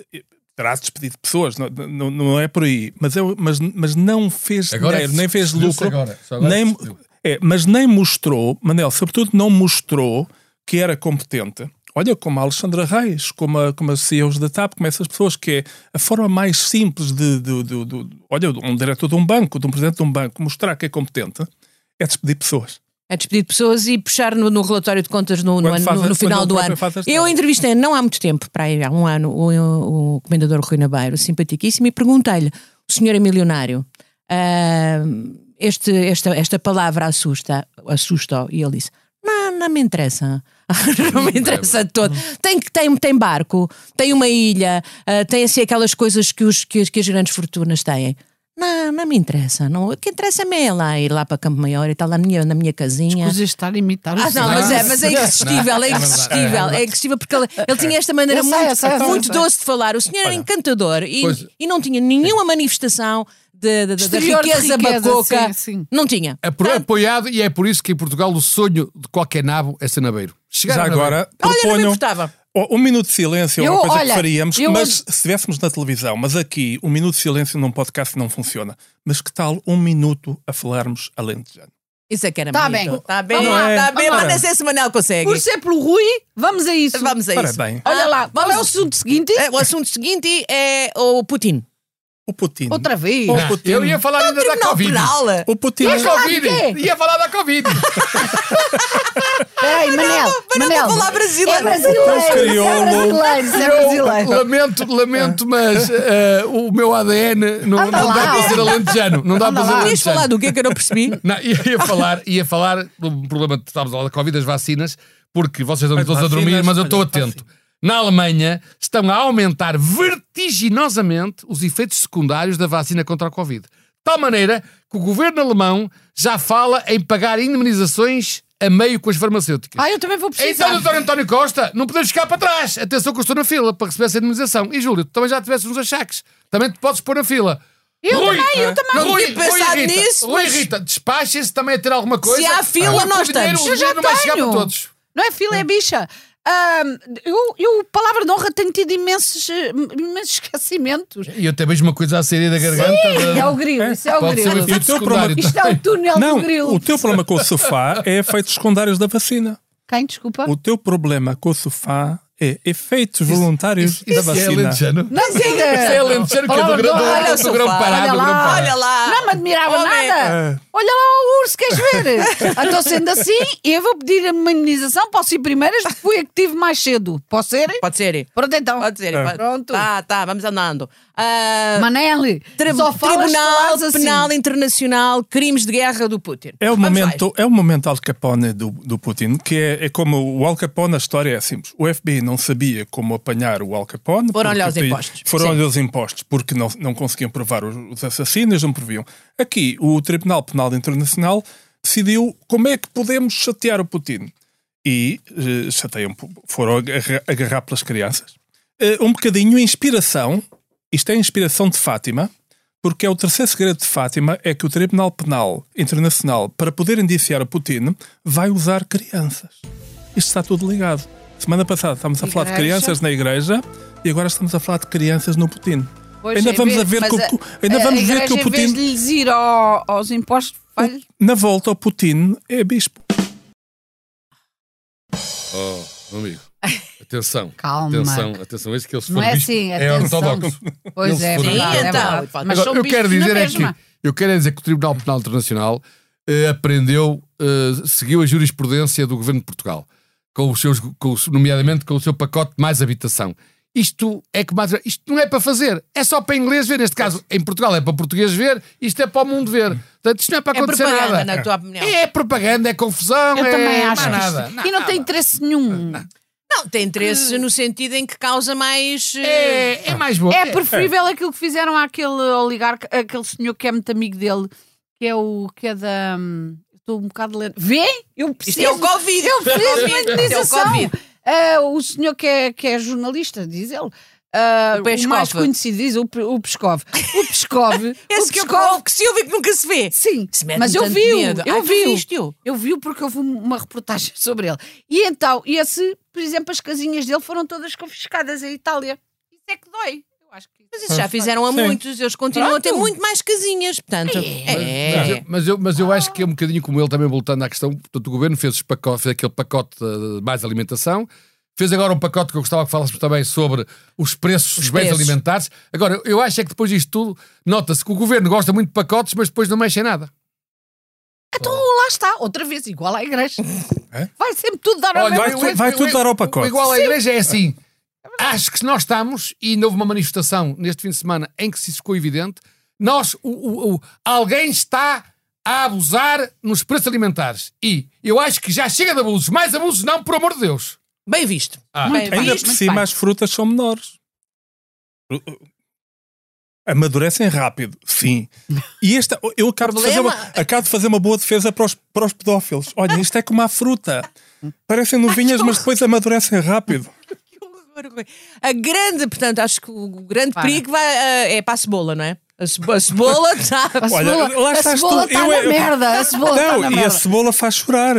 Speaker 1: terá despedido pessoas, não, não, não é por aí. Mas, é, mas, mas não fez
Speaker 4: Agora é
Speaker 1: dinheiro,
Speaker 4: que
Speaker 1: nem fez
Speaker 4: percebeu-se
Speaker 1: lucro.
Speaker 4: agora, só agora
Speaker 1: nem,
Speaker 4: percebeu.
Speaker 1: é, mas nem mostrou, Manel, sobretudo não mostrou que era competente. Olha, como a Alexandra Reis, como, a, como as CEOs da TAP, como essas pessoas, que é a forma mais simples de, de, de, de- olha, um diretor de um banco, de um presidente de um banco, mostrar que é competente, é despedir pessoas.
Speaker 3: a despedir pessoas e puxar no, no relatório de contas no, no,
Speaker 1: Quando
Speaker 3: ano-
Speaker 1: faz-
Speaker 3: no- no final
Speaker 1: quando
Speaker 3: do
Speaker 1: o próprio
Speaker 3: ano.
Speaker 1: faz as
Speaker 3: Eu
Speaker 1: contas.
Speaker 3: entrevistei não há muito tempo, para aí há um ano, o, o comendador Rui Nabeiro, simpaticíssimo, e perguntei-lhe: o senhor é milionário? ah, este, esta, esta palavra assusta, assusta e ele disse: não, não me interessa. não me interessa de todo. Tem, que- tem, tem barco, tem uma ilha, ah, tem assim aquelas coisas que, os, que, as- que as grandes fortunas têm. Não, não me interessa. Não. O que interessa-me é lá ir lá para Campo Maior e tal, lá na minha, na minha casinha.
Speaker 2: Escusas de estar a imitar o
Speaker 3: Ah, não,
Speaker 2: senhor.
Speaker 3: mas é, mas é irresistível, é irresistível, é irresistível, porque ele, ele tinha esta maneira
Speaker 2: Eu sei,
Speaker 3: muito,
Speaker 2: eu sei, eu sei,
Speaker 3: muito
Speaker 2: eu sei.
Speaker 3: doce de falar. O senhor era encantador e,
Speaker 4: Pois.
Speaker 3: e não tinha nenhuma manifestação de- de- de- da
Speaker 2: Exterior de
Speaker 3: riqueza
Speaker 2: riqueza, sim,
Speaker 3: bacoca.
Speaker 2: sim.
Speaker 3: Não tinha.
Speaker 4: É por- apoiado e é por isso que em Portugal o sonho de qualquer nabo é ser nabeiro. Chegar
Speaker 1: Já
Speaker 4: a nabeiro.
Speaker 1: agora,
Speaker 3: Olha, não me
Speaker 1: proponho
Speaker 3: importava.
Speaker 1: Oh, um minuto de silêncio é
Speaker 2: Eu-
Speaker 1: uma coisa
Speaker 2: olha,
Speaker 1: que faríamos,
Speaker 2: eu
Speaker 1: mas
Speaker 2: hoje-
Speaker 1: se estivéssemos na televisão, mas aqui um minuto de silêncio num podcast não funciona. Mas que tal um minuto a falarmos alentejano?
Speaker 3: Isso é que era
Speaker 2: Tá
Speaker 3: bonito.
Speaker 2: bem.
Speaker 3: Tá bem.
Speaker 2: Vamos
Speaker 1: lá,
Speaker 3: Tá
Speaker 1: vamos
Speaker 3: bem.
Speaker 1: lá.
Speaker 3: Manda se a semanal consegue.
Speaker 2: Por ser pelo Rui, vamos a isso.
Speaker 3: Vamos a
Speaker 1: Ora
Speaker 3: isso. Ah,
Speaker 1: bem.
Speaker 2: Olha lá, qual é o
Speaker 3: vamos-
Speaker 2: assunto seguinte?
Speaker 3: É, O assunto seguinte é o Putin.
Speaker 1: O Putin.
Speaker 2: Outra vez.
Speaker 1: Bom, Putin.
Speaker 4: Eu ia
Speaker 2: É um
Speaker 4: falar ainda da
Speaker 3: Tribunal
Speaker 4: Covid.
Speaker 3: Penal.
Speaker 1: O Putin.
Speaker 4: Da
Speaker 2: falar de
Speaker 4: Covid.
Speaker 2: quê?
Speaker 4: Ia falar da Covid.
Speaker 2: Peraí, Manel.
Speaker 3: mas não
Speaker 2: Manel.
Speaker 3: vou falar brasileiro.
Speaker 2: É brasileiro.
Speaker 1: Então,
Speaker 2: É
Speaker 1: crioulo.
Speaker 2: brasileiro. É brasileiro.
Speaker 4: lamento, lamento, mas eh, o meu ADN não, não
Speaker 2: Anda
Speaker 4: dá
Speaker 2: lá.
Speaker 4: para ser alentejano. Não dá para ser
Speaker 3: Querias falar
Speaker 4: alentejano.
Speaker 3: do que que eu não percebi?
Speaker 4: Não, ia, ia falar, ia falar do problema que estávamos a falar da Covid, das vacinas, porque vocês estão
Speaker 1: As
Speaker 4: todos a dormir,
Speaker 1: vacinas,
Speaker 4: mas eu estou
Speaker 1: olha, tá assim.
Speaker 4: atento. Na Alemanha estão a aumentar vertiginosamente os efeitos secundários da vacina contra a Covid. De tal maneira que o governo alemão já fala em pagar indemnizações a meio com as farmacêuticas.
Speaker 2: Ah, eu também vou
Speaker 4: Então,
Speaker 2: precisar.
Speaker 4: doutor António Costa, não podemos ficar para trás. Atenção que eu estou na fila para receber essa indemnização. E, Júlio, tu também já tiveste uns achaques. Também te podes pôr na fila.
Speaker 2: Eu também, eu
Speaker 4: ah,
Speaker 2: também.
Speaker 3: Não tinha pensado
Speaker 4: Rita,
Speaker 3: nisso,
Speaker 4: Rui e Rita, despachem-se também a ter alguma coisa. Ah,
Speaker 3: há fila,
Speaker 4: Porque
Speaker 3: nós
Speaker 4: o dinheiro-
Speaker 3: estamos.
Speaker 4: o
Speaker 2: Eu já
Speaker 4: dinheiro não vai chegar para
Speaker 2: tenho.
Speaker 4: todos.
Speaker 2: Não é fila, é bicha. Ahm, eu, eu, palavra de honra, tenho tido imensos, eh, imensos esquecimentos.
Speaker 4: E eu tenho mesmo uma coisa a sair da garganta.
Speaker 2: É o grilo, isso é o
Speaker 4: Pode ser um
Speaker 1: E
Speaker 2: grilo.
Speaker 1: o
Speaker 4: efeito
Speaker 1: teu problema-
Speaker 4: secundário.
Speaker 2: Isto é o túnel
Speaker 1: Não,
Speaker 2: do grilo.
Speaker 1: o teu problema com o sofá é efeitos secundários da vacina.
Speaker 2: Quem, desculpa?
Speaker 1: O teu problema com o sofá é efeitos voluntários da
Speaker 4: Isso é
Speaker 1: vacina.
Speaker 4: alentejano.
Speaker 2: Não
Speaker 4: Isso é
Speaker 2: diga!
Speaker 4: alentejano que é do
Speaker 2: Olha,
Speaker 4: grande
Speaker 2: olha o
Speaker 4: do grande
Speaker 3: sofá,
Speaker 4: parado.
Speaker 2: olha
Speaker 4: do grande
Speaker 2: lá,
Speaker 4: parado.
Speaker 3: Olha lá.
Speaker 2: Não me admirava
Speaker 3: Homem.
Speaker 1: É.
Speaker 2: nada! Olha lá o urso, queres ver? Estou sendo assim, eu vou pedir uma indemnização, posso ir primeiras, porque fui a que tive mais cedo. Pode ser?
Speaker 3: Pode ser.
Speaker 2: Pronto então.
Speaker 3: Pode
Speaker 1: É.
Speaker 3: ser. pode-
Speaker 2: Pronto.
Speaker 3: Tá, tá, vamos andando. Ah,
Speaker 2: Manel,
Speaker 3: tri-
Speaker 2: só falas,
Speaker 3: Tribunal
Speaker 2: falas assim.
Speaker 3: Penal Internacional, crimes de guerra do Putin.
Speaker 1: É o
Speaker 3: Vamos lá.
Speaker 1: momento, é o momento Al Capone do, do Putin, que é, é como o Al Capone, a história é simples. O FBI não sabia como apanhar o Al Capone.
Speaker 3: Foram-lhe
Speaker 1: porque
Speaker 3: aos
Speaker 1: tinha-
Speaker 3: impostos.
Speaker 1: Foram-lhe aos impostos, porque não, não conseguiam provar os, os assassinos, não proviam. Aqui, o Tribunal Penal Internacional decidiu como é que podemos chatear o Putin. E eh, chateiam, foram agarra- agarrar pelas crianças. Eh, um bocadinho inspiração, isto é inspiração de Fátima, porque é o terceiro segredo de Fátima é que o Tribunal Penal Internacional, para poder indiciar o Putin, vai usar crianças. Isto está tudo ligado. Semana passada estávamos a falar de
Speaker 2: Igreja.
Speaker 1: crianças na igreja e agora estamos a falar de crianças no Putin.
Speaker 2: Pois,
Speaker 1: ainda
Speaker 2: em
Speaker 1: vamos
Speaker 2: vez-
Speaker 1: a ver
Speaker 2: mas
Speaker 1: que o, ainda
Speaker 2: a
Speaker 1: vamos ver
Speaker 2: igreja,
Speaker 1: que o
Speaker 2: Em vez
Speaker 1: Putin
Speaker 2: de lhes ir ao- aos impostos, vai
Speaker 1: na volta ao Putin é bispo.
Speaker 4: Oh, meu amigo. Atenção.
Speaker 2: Calma.
Speaker 4: Atenção, atenção. Este que eles
Speaker 2: Não é assim,
Speaker 4: é
Speaker 2: atenção.
Speaker 4: ortodoxo.
Speaker 2: Pois
Speaker 4: Eles
Speaker 2: é,
Speaker 4: foram-
Speaker 2: verdade,
Speaker 3: Sim,
Speaker 2: é
Speaker 3: então.
Speaker 2: verdade. Mas
Speaker 4: Agora,
Speaker 2: são
Speaker 4: eu quero
Speaker 2: bispos na
Speaker 4: dizer é que
Speaker 2: mesma.
Speaker 4: eu quero é dizer que o Tribunal Penal Internacional eh, aprendeu, eh, seguiu a jurisprudência do Governo de Portugal, com os seus, com os- nomeadamente com o seu pacote de mais habitação. Isto é que mais- isto não é para fazer, é só para inglês ver. Neste caso, em Portugal é para português ver, isto é para o mundo ver. Portanto, isto não é para
Speaker 3: É
Speaker 4: acontecer
Speaker 3: propaganda,
Speaker 4: nada.
Speaker 3: na tua opinião.
Speaker 4: É propaganda, é confusão,
Speaker 2: Eu
Speaker 4: é
Speaker 2: também
Speaker 4: não é
Speaker 2: acho que
Speaker 4: nada.
Speaker 2: isto- E não tem interesse nenhum.
Speaker 3: Não, tem interesse no sentido em que causa mais. eh,
Speaker 4: É, é mais bom.
Speaker 2: É preferível aquilo que fizeram àquele oligarca, aquele senhor que é muito amigo dele, que é o que é da. hum, Estou um bocado lento. Vê? Eu preciso.
Speaker 3: Isto é o Covid.
Speaker 2: Eu preciso de uma
Speaker 3: Isto é o
Speaker 2: indenização.
Speaker 3: Covid.
Speaker 2: Ah, o senhor que é, que é jornalista, diz ele. Ah,
Speaker 3: O
Speaker 2: o,
Speaker 3: Peskov.
Speaker 2: mais conhecido diz o, P- o Peskov. O Peskov.
Speaker 3: Esse
Speaker 2: o
Speaker 3: que, eu,
Speaker 2: Peskov-
Speaker 3: que se ouve e que nunca se vê.
Speaker 2: Sim,
Speaker 3: Se mete-me
Speaker 2: mas eu
Speaker 3: tanto
Speaker 2: vi-o,
Speaker 3: medo.
Speaker 2: eu
Speaker 3: Ai, tu
Speaker 2: vi-o.
Speaker 3: viste-o?
Speaker 2: Eu vi-o porque houve um, uma reportagem sobre ele. E então, esse, por exemplo, as casinhas dele foram todas confiscadas em Itália. Isso é que dói. Eu acho que
Speaker 3: Mas isso já fizeram a
Speaker 1: Ah, Sim.
Speaker 3: muitos, eles continuam a ter
Speaker 2: Pronto.
Speaker 3: muito mais casinhas, portanto.
Speaker 4: Mas, eu-
Speaker 3: É.
Speaker 4: mas eu, mas eu acho que é um bocadinho como ele também, voltando à questão. Portanto, o governo fez, os pacotes, fez aquele pacote de mais alimentação, fez agora um pacote que eu gostava que falasse também sobre os preços dos bens
Speaker 3: preços.
Speaker 4: alimentares. Agora, eu- eu acho é que depois disto tudo, nota-se que o governo gosta muito de pacotes, mas depois não mexe em nada.
Speaker 2: Então lá está, outra vez, igual à igreja.
Speaker 1: É?
Speaker 2: Vai sempre tudo dar ao
Speaker 4: Olha,
Speaker 2: mesmo.
Speaker 1: vai- tu- tudo dar ao pacote.
Speaker 4: o igual à igreja é assim. Acho que se nós estamos, e ainda houve uma manifestação neste fim de semana em que se isso ficou evidente, nós, o- o- o- alguém está a abusar nos preços alimentares. E eu acho que já chega de abusos. Mais abusos não, por amor de Deus.
Speaker 3: Bem visto.
Speaker 4: Ah.
Speaker 2: É
Speaker 3: Bem
Speaker 1: Ainda
Speaker 3: visto.
Speaker 1: por cima, as frutas são menores. Amadurecem rápido, sim. E esta, eu acabo de, fazer uma,
Speaker 3: Problema-
Speaker 1: acabo de fazer uma boa defesa para os, para os pedófilos. Olha, isto é como a fruta. Parecem novinhas, mas depois amadurecem rápido.
Speaker 3: Que horror, Rui. A grande, portanto, acho que o grande
Speaker 2: Para.
Speaker 3: perigo vai, eh, é para a cebola, não é? A, cebo- a cebola tá- está.
Speaker 2: A
Speaker 1: Olha,
Speaker 2: cebola,
Speaker 1: lá
Speaker 2: a
Speaker 1: estás
Speaker 2: cebola
Speaker 1: tu.
Speaker 2: está
Speaker 1: Eu
Speaker 2: na
Speaker 1: é-
Speaker 2: merda. A cebola está
Speaker 1: Não,
Speaker 2: tá na
Speaker 1: e a
Speaker 2: merda.
Speaker 1: cebola faz chorar.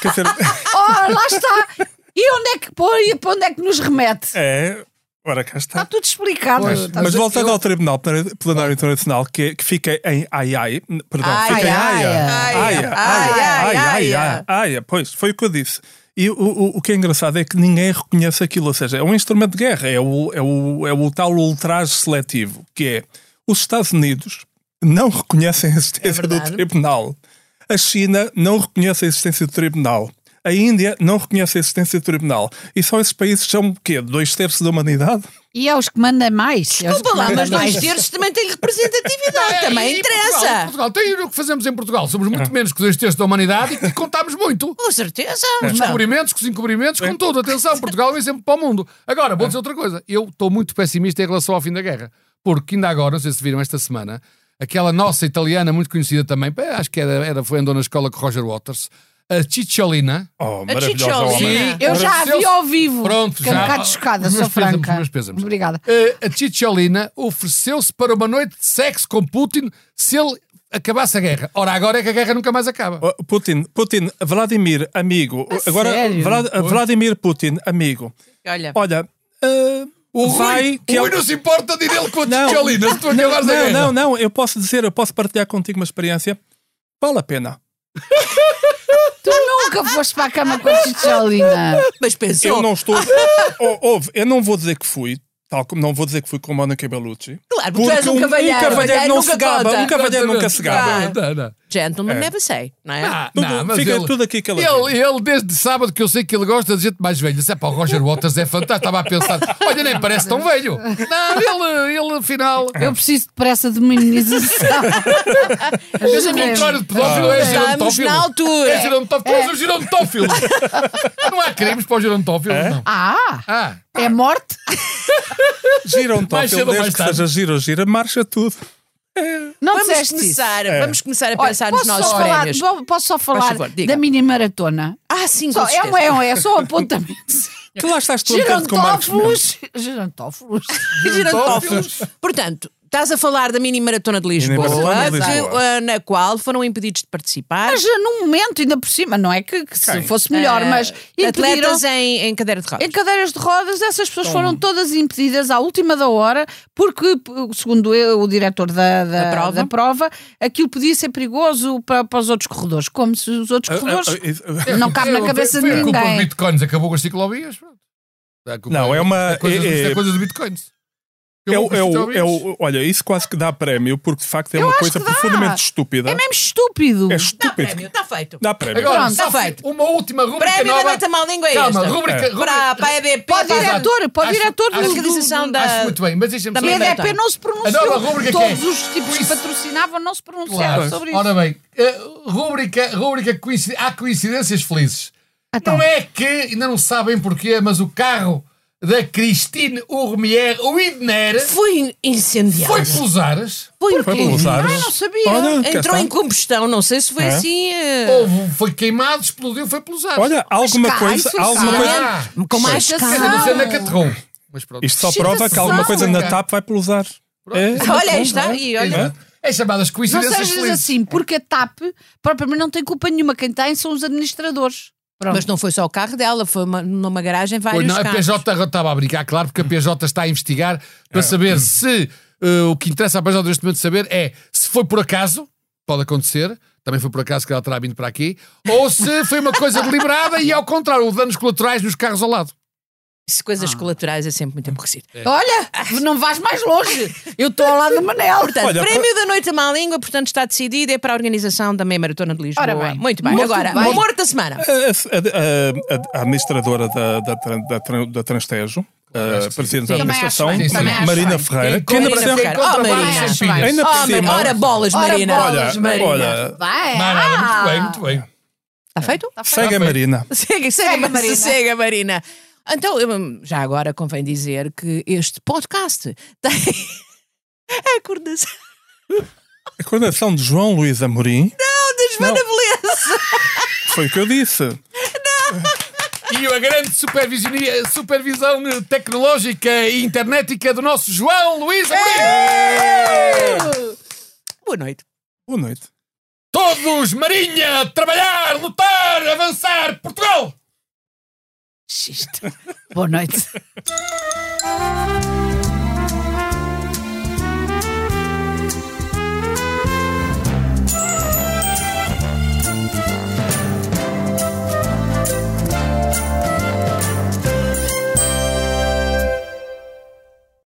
Speaker 1: Quer dizer,
Speaker 2: Ora, lá está. E onde é que põe e para onde é que nos remete?
Speaker 1: é. Ora, cá
Speaker 2: Está
Speaker 1: está.
Speaker 2: tudo explicado.
Speaker 4: Pois,
Speaker 2: Estás
Speaker 1: Mas
Speaker 2: a-
Speaker 1: voltando
Speaker 2: Tá, eu-
Speaker 1: ao Tribunal Plenário Internacional, que, que fica em Aiai, n- perdão,
Speaker 3: Ai,
Speaker 1: então, fica em
Speaker 2: ai,
Speaker 1: Haia.
Speaker 2: ai,
Speaker 1: Haia,
Speaker 3: ai, ai,
Speaker 1: Haia,
Speaker 3: ai,
Speaker 1: Haia, Haia. Pois, foi o que eu disse. E o, o, o que é engraçado é que ninguém reconhece aquilo, ou seja, é um instrumento de guerra, é o, é o, é o tal ultraje seletivo, que é os Estados Unidos não reconhecem a existência do
Speaker 3: É verdade.
Speaker 1: Tribunal, a China não reconhece a existência do Tribunal, a Índia não reconhece a existência do Tribunal. E só esses países são o quê? Dois terços da humanidade?
Speaker 2: E é os que mandam mais. É os
Speaker 3: Desculpa
Speaker 2: que
Speaker 3: lá,
Speaker 2: mandam
Speaker 3: mas dois
Speaker 2: mais.
Speaker 3: terços também tem representatividade, Ah, também
Speaker 4: E é Portugal,
Speaker 3: interessa.
Speaker 4: Portugal tem o que fazemos em Portugal.
Speaker 1: É.
Speaker 4: Somos muito menos que os dois terços da humanidade e que contamos muito.
Speaker 3: Com certeza. Não.
Speaker 4: Os descobrimentos, com os encobrimentos, com tudo. Atenção, Portugal é sempre para o mundo. Agora,
Speaker 2: É.
Speaker 4: vou dizer outra coisa. Eu estou muito pessimista em relação ao fim da guerra. Porque ainda agora, não sei se viram esta semana, aquela nossa italiana muito conhecida também, bem, acho que era, era, foi andou na escola com Roger Waters, a Cicciolina.
Speaker 1: Oh,
Speaker 3: A
Speaker 1: maravilhosa
Speaker 3: Chicholina.
Speaker 1: homem.
Speaker 3: Sim.
Speaker 2: Eu já a vi ao vivo.
Speaker 4: Pronto,
Speaker 2: Fiquei
Speaker 4: já.
Speaker 2: um bocado chocada,
Speaker 4: Os meus
Speaker 2: sou
Speaker 4: pêsames,
Speaker 2: franca.
Speaker 4: os meus pêsames.
Speaker 2: Obrigada.
Speaker 4: Eh, a Cicciolina ofereceu-se para uma noite de sexo com Putin se ele acabasse a guerra. Ora, agora é que a guerra nunca mais acaba.
Speaker 1: Oh, Putin, Putin, Vladimir, amigo.
Speaker 2: A
Speaker 1: Agora,
Speaker 2: sério?
Speaker 1: Vla- Vladimir Putin, amigo.
Speaker 3: Olha,
Speaker 1: Olha, ah,
Speaker 4: O
Speaker 1: vai
Speaker 4: Rui,
Speaker 1: que
Speaker 4: o
Speaker 1: é
Speaker 4: Rui
Speaker 1: o-
Speaker 4: não se importa de ir ele com a
Speaker 1: Não.
Speaker 4: Cicciolina se tu acabares a
Speaker 1: não,
Speaker 4: guerra.
Speaker 1: não, não, eu posso dizer, eu posso partilhar contigo uma experiência. Vale a pena.
Speaker 2: Tu nunca foste para a cama com a Chicholina.
Speaker 3: mas pensou,
Speaker 1: Eu não estou. Oh, ouve, eu não vou dizer que fui, tal como não vou dizer que fui com a Mónica Bellucci.
Speaker 3: claro, porque tu és um cavalheiro.
Speaker 1: cavalheiro não se gaba,
Speaker 3: conta.
Speaker 1: um cavalheiro nunca se gaba.
Speaker 3: Ah.
Speaker 4: Não, não.
Speaker 3: Gentleman never say, não é?
Speaker 4: Ah,
Speaker 1: Tudo-
Speaker 4: não, mas
Speaker 1: fica
Speaker 4: ele-
Speaker 1: tudo aqui que ele-
Speaker 4: ele, ele, desde sábado, que eu sei que ele gosta de gente mais velha. Disse, "É pá, o Roger Waters é fantástico. Estava a pensar, olha, nem parece tão velho. Não, ele, ele afinal.
Speaker 2: Eu preciso depressa de minimização.
Speaker 4: Esse contrário de pedófilo é
Speaker 3: Estamos
Speaker 4: gerontófilo.
Speaker 3: na altura. É.
Speaker 4: É gerontófilo. Tu és um gerontófilo. Não há crimes para os gerontófilos, não.
Speaker 2: Ah,
Speaker 4: Ah,
Speaker 2: é morte?
Speaker 1: Gira um top,
Speaker 4: Mais cedo ou
Speaker 1: desde
Speaker 4: mais
Speaker 1: que
Speaker 4: tarde.
Speaker 1: seja gira, ou gira, marcha tudo.
Speaker 2: Não
Speaker 3: Vamos
Speaker 2: disseste isso.
Speaker 3: começar, vamos começar a
Speaker 2: Olha,
Speaker 3: pensar nos
Speaker 2: posso,
Speaker 3: nossos
Speaker 2: só falar,
Speaker 3: prémios.
Speaker 2: vou- posso só falar
Speaker 3: favor, diga.
Speaker 2: da mini maratona?
Speaker 3: Ah, sim,
Speaker 2: Só,
Speaker 3: com
Speaker 2: é,
Speaker 3: certeza.
Speaker 2: uma- é, um- é só um apontamento.
Speaker 4: É.
Speaker 1: Tu lá estás tu um bocado com o Marcos Mendes. ah,
Speaker 2: Gerontófilos. Gerontófilos.
Speaker 4: oh,
Speaker 3: Girantófilos. Portanto, estás a falar da mini maratona de Lisboa,
Speaker 1: Mini maratona de
Speaker 3: que,
Speaker 1: Lisboa.
Speaker 3: eh, na qual foram impedidos de participar
Speaker 2: Mas num momento, ainda por cima, não é que, que se
Speaker 1: Ok.
Speaker 2: fosse melhor,
Speaker 3: eh,
Speaker 2: mas impediram.
Speaker 3: atletas em, em cadeira de rodas.
Speaker 2: Em cadeiras de rodas, essas pessoas foram todas impedidas à última da hora, porque, p- segundo eu, o diretor da, da-
Speaker 3: Da prova.
Speaker 2: da prova, aquilo podia ser perigoso para, para os outros corredores, como se os outros corredores.
Speaker 1: Ah, ah, ah,
Speaker 2: Não cabe na
Speaker 4: foi-
Speaker 2: cabeça de
Speaker 4: foi a culpa dos
Speaker 2: ninguém.
Speaker 4: bitcoins acabou com as ciclovias. pronto. A culpa
Speaker 1: Não, é uma-
Speaker 4: isto É coisa,
Speaker 1: é-
Speaker 4: isto é
Speaker 1: é-
Speaker 4: coisa dos bitcoins.
Speaker 1: É o,
Speaker 4: Acabou com as
Speaker 1: é o- é
Speaker 4: ciclovias.
Speaker 1: o- olha, isso quase que dá prémio, porque de facto é uma
Speaker 2: acho
Speaker 1: coisa
Speaker 2: que dá.
Speaker 1: profundamente estúpida.
Speaker 2: É mesmo estúpido.
Speaker 1: É
Speaker 3: Dá
Speaker 1: estúpido.
Speaker 3: prémio, Então, está feito.
Speaker 1: Dá prémio.
Speaker 4: Agora,
Speaker 2: Pronto,
Speaker 4: só
Speaker 3: tá feito.
Speaker 4: uma última rubrica
Speaker 3: prémio da
Speaker 4: nova.
Speaker 3: noite mal língua é
Speaker 4: Calma,
Speaker 3: esta.
Speaker 4: rubrica,
Speaker 1: É.
Speaker 4: rubrica-
Speaker 3: Para, para a EDP.
Speaker 2: Para o
Speaker 3: para-
Speaker 2: diretor, para o
Speaker 4: Acho-
Speaker 2: diretor
Speaker 4: acho-
Speaker 2: do,
Speaker 3: organização
Speaker 2: do-
Speaker 3: da-
Speaker 4: Acho muito bem, mas deixa-me
Speaker 2: A
Speaker 3: da
Speaker 4: só
Speaker 3: Também
Speaker 2: EDP
Speaker 3: Madeira.
Speaker 4: comentar.
Speaker 3: tem.
Speaker 2: não se
Speaker 4: A
Speaker 2: pronunciou.
Speaker 4: nova rubrica que é?
Speaker 2: Todos os tipos que patrocinavam não se pronunciaram
Speaker 4: Claro.
Speaker 2: sobre isso.
Speaker 4: Ora bem, eh, rúbrica, rúbrica coinci- há coincidências felizes.
Speaker 2: Então.
Speaker 4: Não é que, ainda não sabem porquê, mas o carro da Christine Urmier, o Idner,
Speaker 3: Foi incendiado.
Speaker 4: foi pelos ares.
Speaker 3: Foi,
Speaker 1: Foi
Speaker 3: o quê?
Speaker 1: pelos ares.
Speaker 4: Ah,
Speaker 2: Ai, não sabia.
Speaker 1: Olha, cá
Speaker 3: Entrou
Speaker 1: está.
Speaker 3: em combustão, não sei se foi
Speaker 1: É.
Speaker 3: assim. eh,
Speaker 4: Houve, foi queimado, explodiu, foi pelos ares.
Speaker 1: Olha, alguma
Speaker 2: cá,
Speaker 1: coisa.
Speaker 2: isso é
Speaker 1: Alguma
Speaker 2: cá.
Speaker 1: coisa
Speaker 4: Ah,
Speaker 3: Com
Speaker 2: Pois.
Speaker 3: mais
Speaker 4: quer
Speaker 3: calma.
Speaker 4: dizer, Luciana Catrão. é Mas pronto.
Speaker 1: isto só prova que alguma coisa na TAP vai pelos ares. É,
Speaker 3: Olha, aí está. E olha.
Speaker 4: É chamadas
Speaker 2: Não
Speaker 4: coincidências
Speaker 2: sejas
Speaker 4: felizes.
Speaker 2: assim, porque a TAP propriamente não tem culpa nenhuma. Quem tem são os administradores. Pronto.
Speaker 3: Mas não foi só o carro dela, foi uma- numa garagem vários
Speaker 4: Pois não, é a
Speaker 3: carros.
Speaker 4: PJ estava a brincar, claro, porque a PJ está a investigar
Speaker 1: É.
Speaker 4: para saber se eh, o que interessa à PJ neste momento saber é se foi por acaso, pode acontecer, também foi por acaso que ela terá vindo para aqui, ou se foi uma coisa deliberada e ao contrário, houve danos colaterais nos carros ao lado.
Speaker 3: Se coisas colaterais é sempre muito aborrecido.
Speaker 2: Olha, não vais mais longe. Eu estou ao lado do Manel.
Speaker 3: Portanto,
Speaker 1: Olha,
Speaker 3: prémio da noite à má língua, portanto, está decidido, é para a organização da meia maratona de Lisboa.
Speaker 2: Ora bem.
Speaker 3: Muito bem.
Speaker 2: Muito
Speaker 3: Agora,
Speaker 2: bem.
Speaker 3: o humor da semana.
Speaker 1: É A, a- a- a administradora da, da, tran- da, tran- da Transtejo, a presidente da
Speaker 2: Também acho
Speaker 1: administração,
Speaker 2: bem, também acho
Speaker 1: Marina
Speaker 2: bem.
Speaker 1: Ferreira, que ainda
Speaker 3: Marina
Speaker 1: por cima-
Speaker 3: Ferreira. Oh,
Speaker 4: Contrabando
Speaker 3: Marina.
Speaker 4: sem pilhas.
Speaker 1: Ainda por
Speaker 3: Oh, Marina.
Speaker 1: cima.
Speaker 3: Ora bolas,
Speaker 2: Ora
Speaker 3: Marina.
Speaker 2: bolas.
Speaker 1: Olha,
Speaker 2: Marina.
Speaker 1: olha,
Speaker 2: Vai.
Speaker 4: Maravilha,
Speaker 2: ah.
Speaker 4: muito bem, muito bem.
Speaker 3: Está feito?
Speaker 1: segue a Marina.
Speaker 3: Segue,
Speaker 2: Segue,
Speaker 3: segue,
Speaker 2: Tá Marina.
Speaker 3: Marina. Segue, Marina. Então, eu- já agora convém dizer que este podcast tem a acordação
Speaker 1: A coordenação de João Luís Amorim
Speaker 3: da Joana Beleza.
Speaker 1: foi o que eu disse.
Speaker 4: e a grande supervisionia- supervisão tecnológica e internética do nosso João Luís Amorim.
Speaker 3: Boa noite.
Speaker 1: Boa noite.
Speaker 4: Todos, Marinha, trabalhar, lutar, avançar, Portugal!
Speaker 2: Xisto. Boa noite.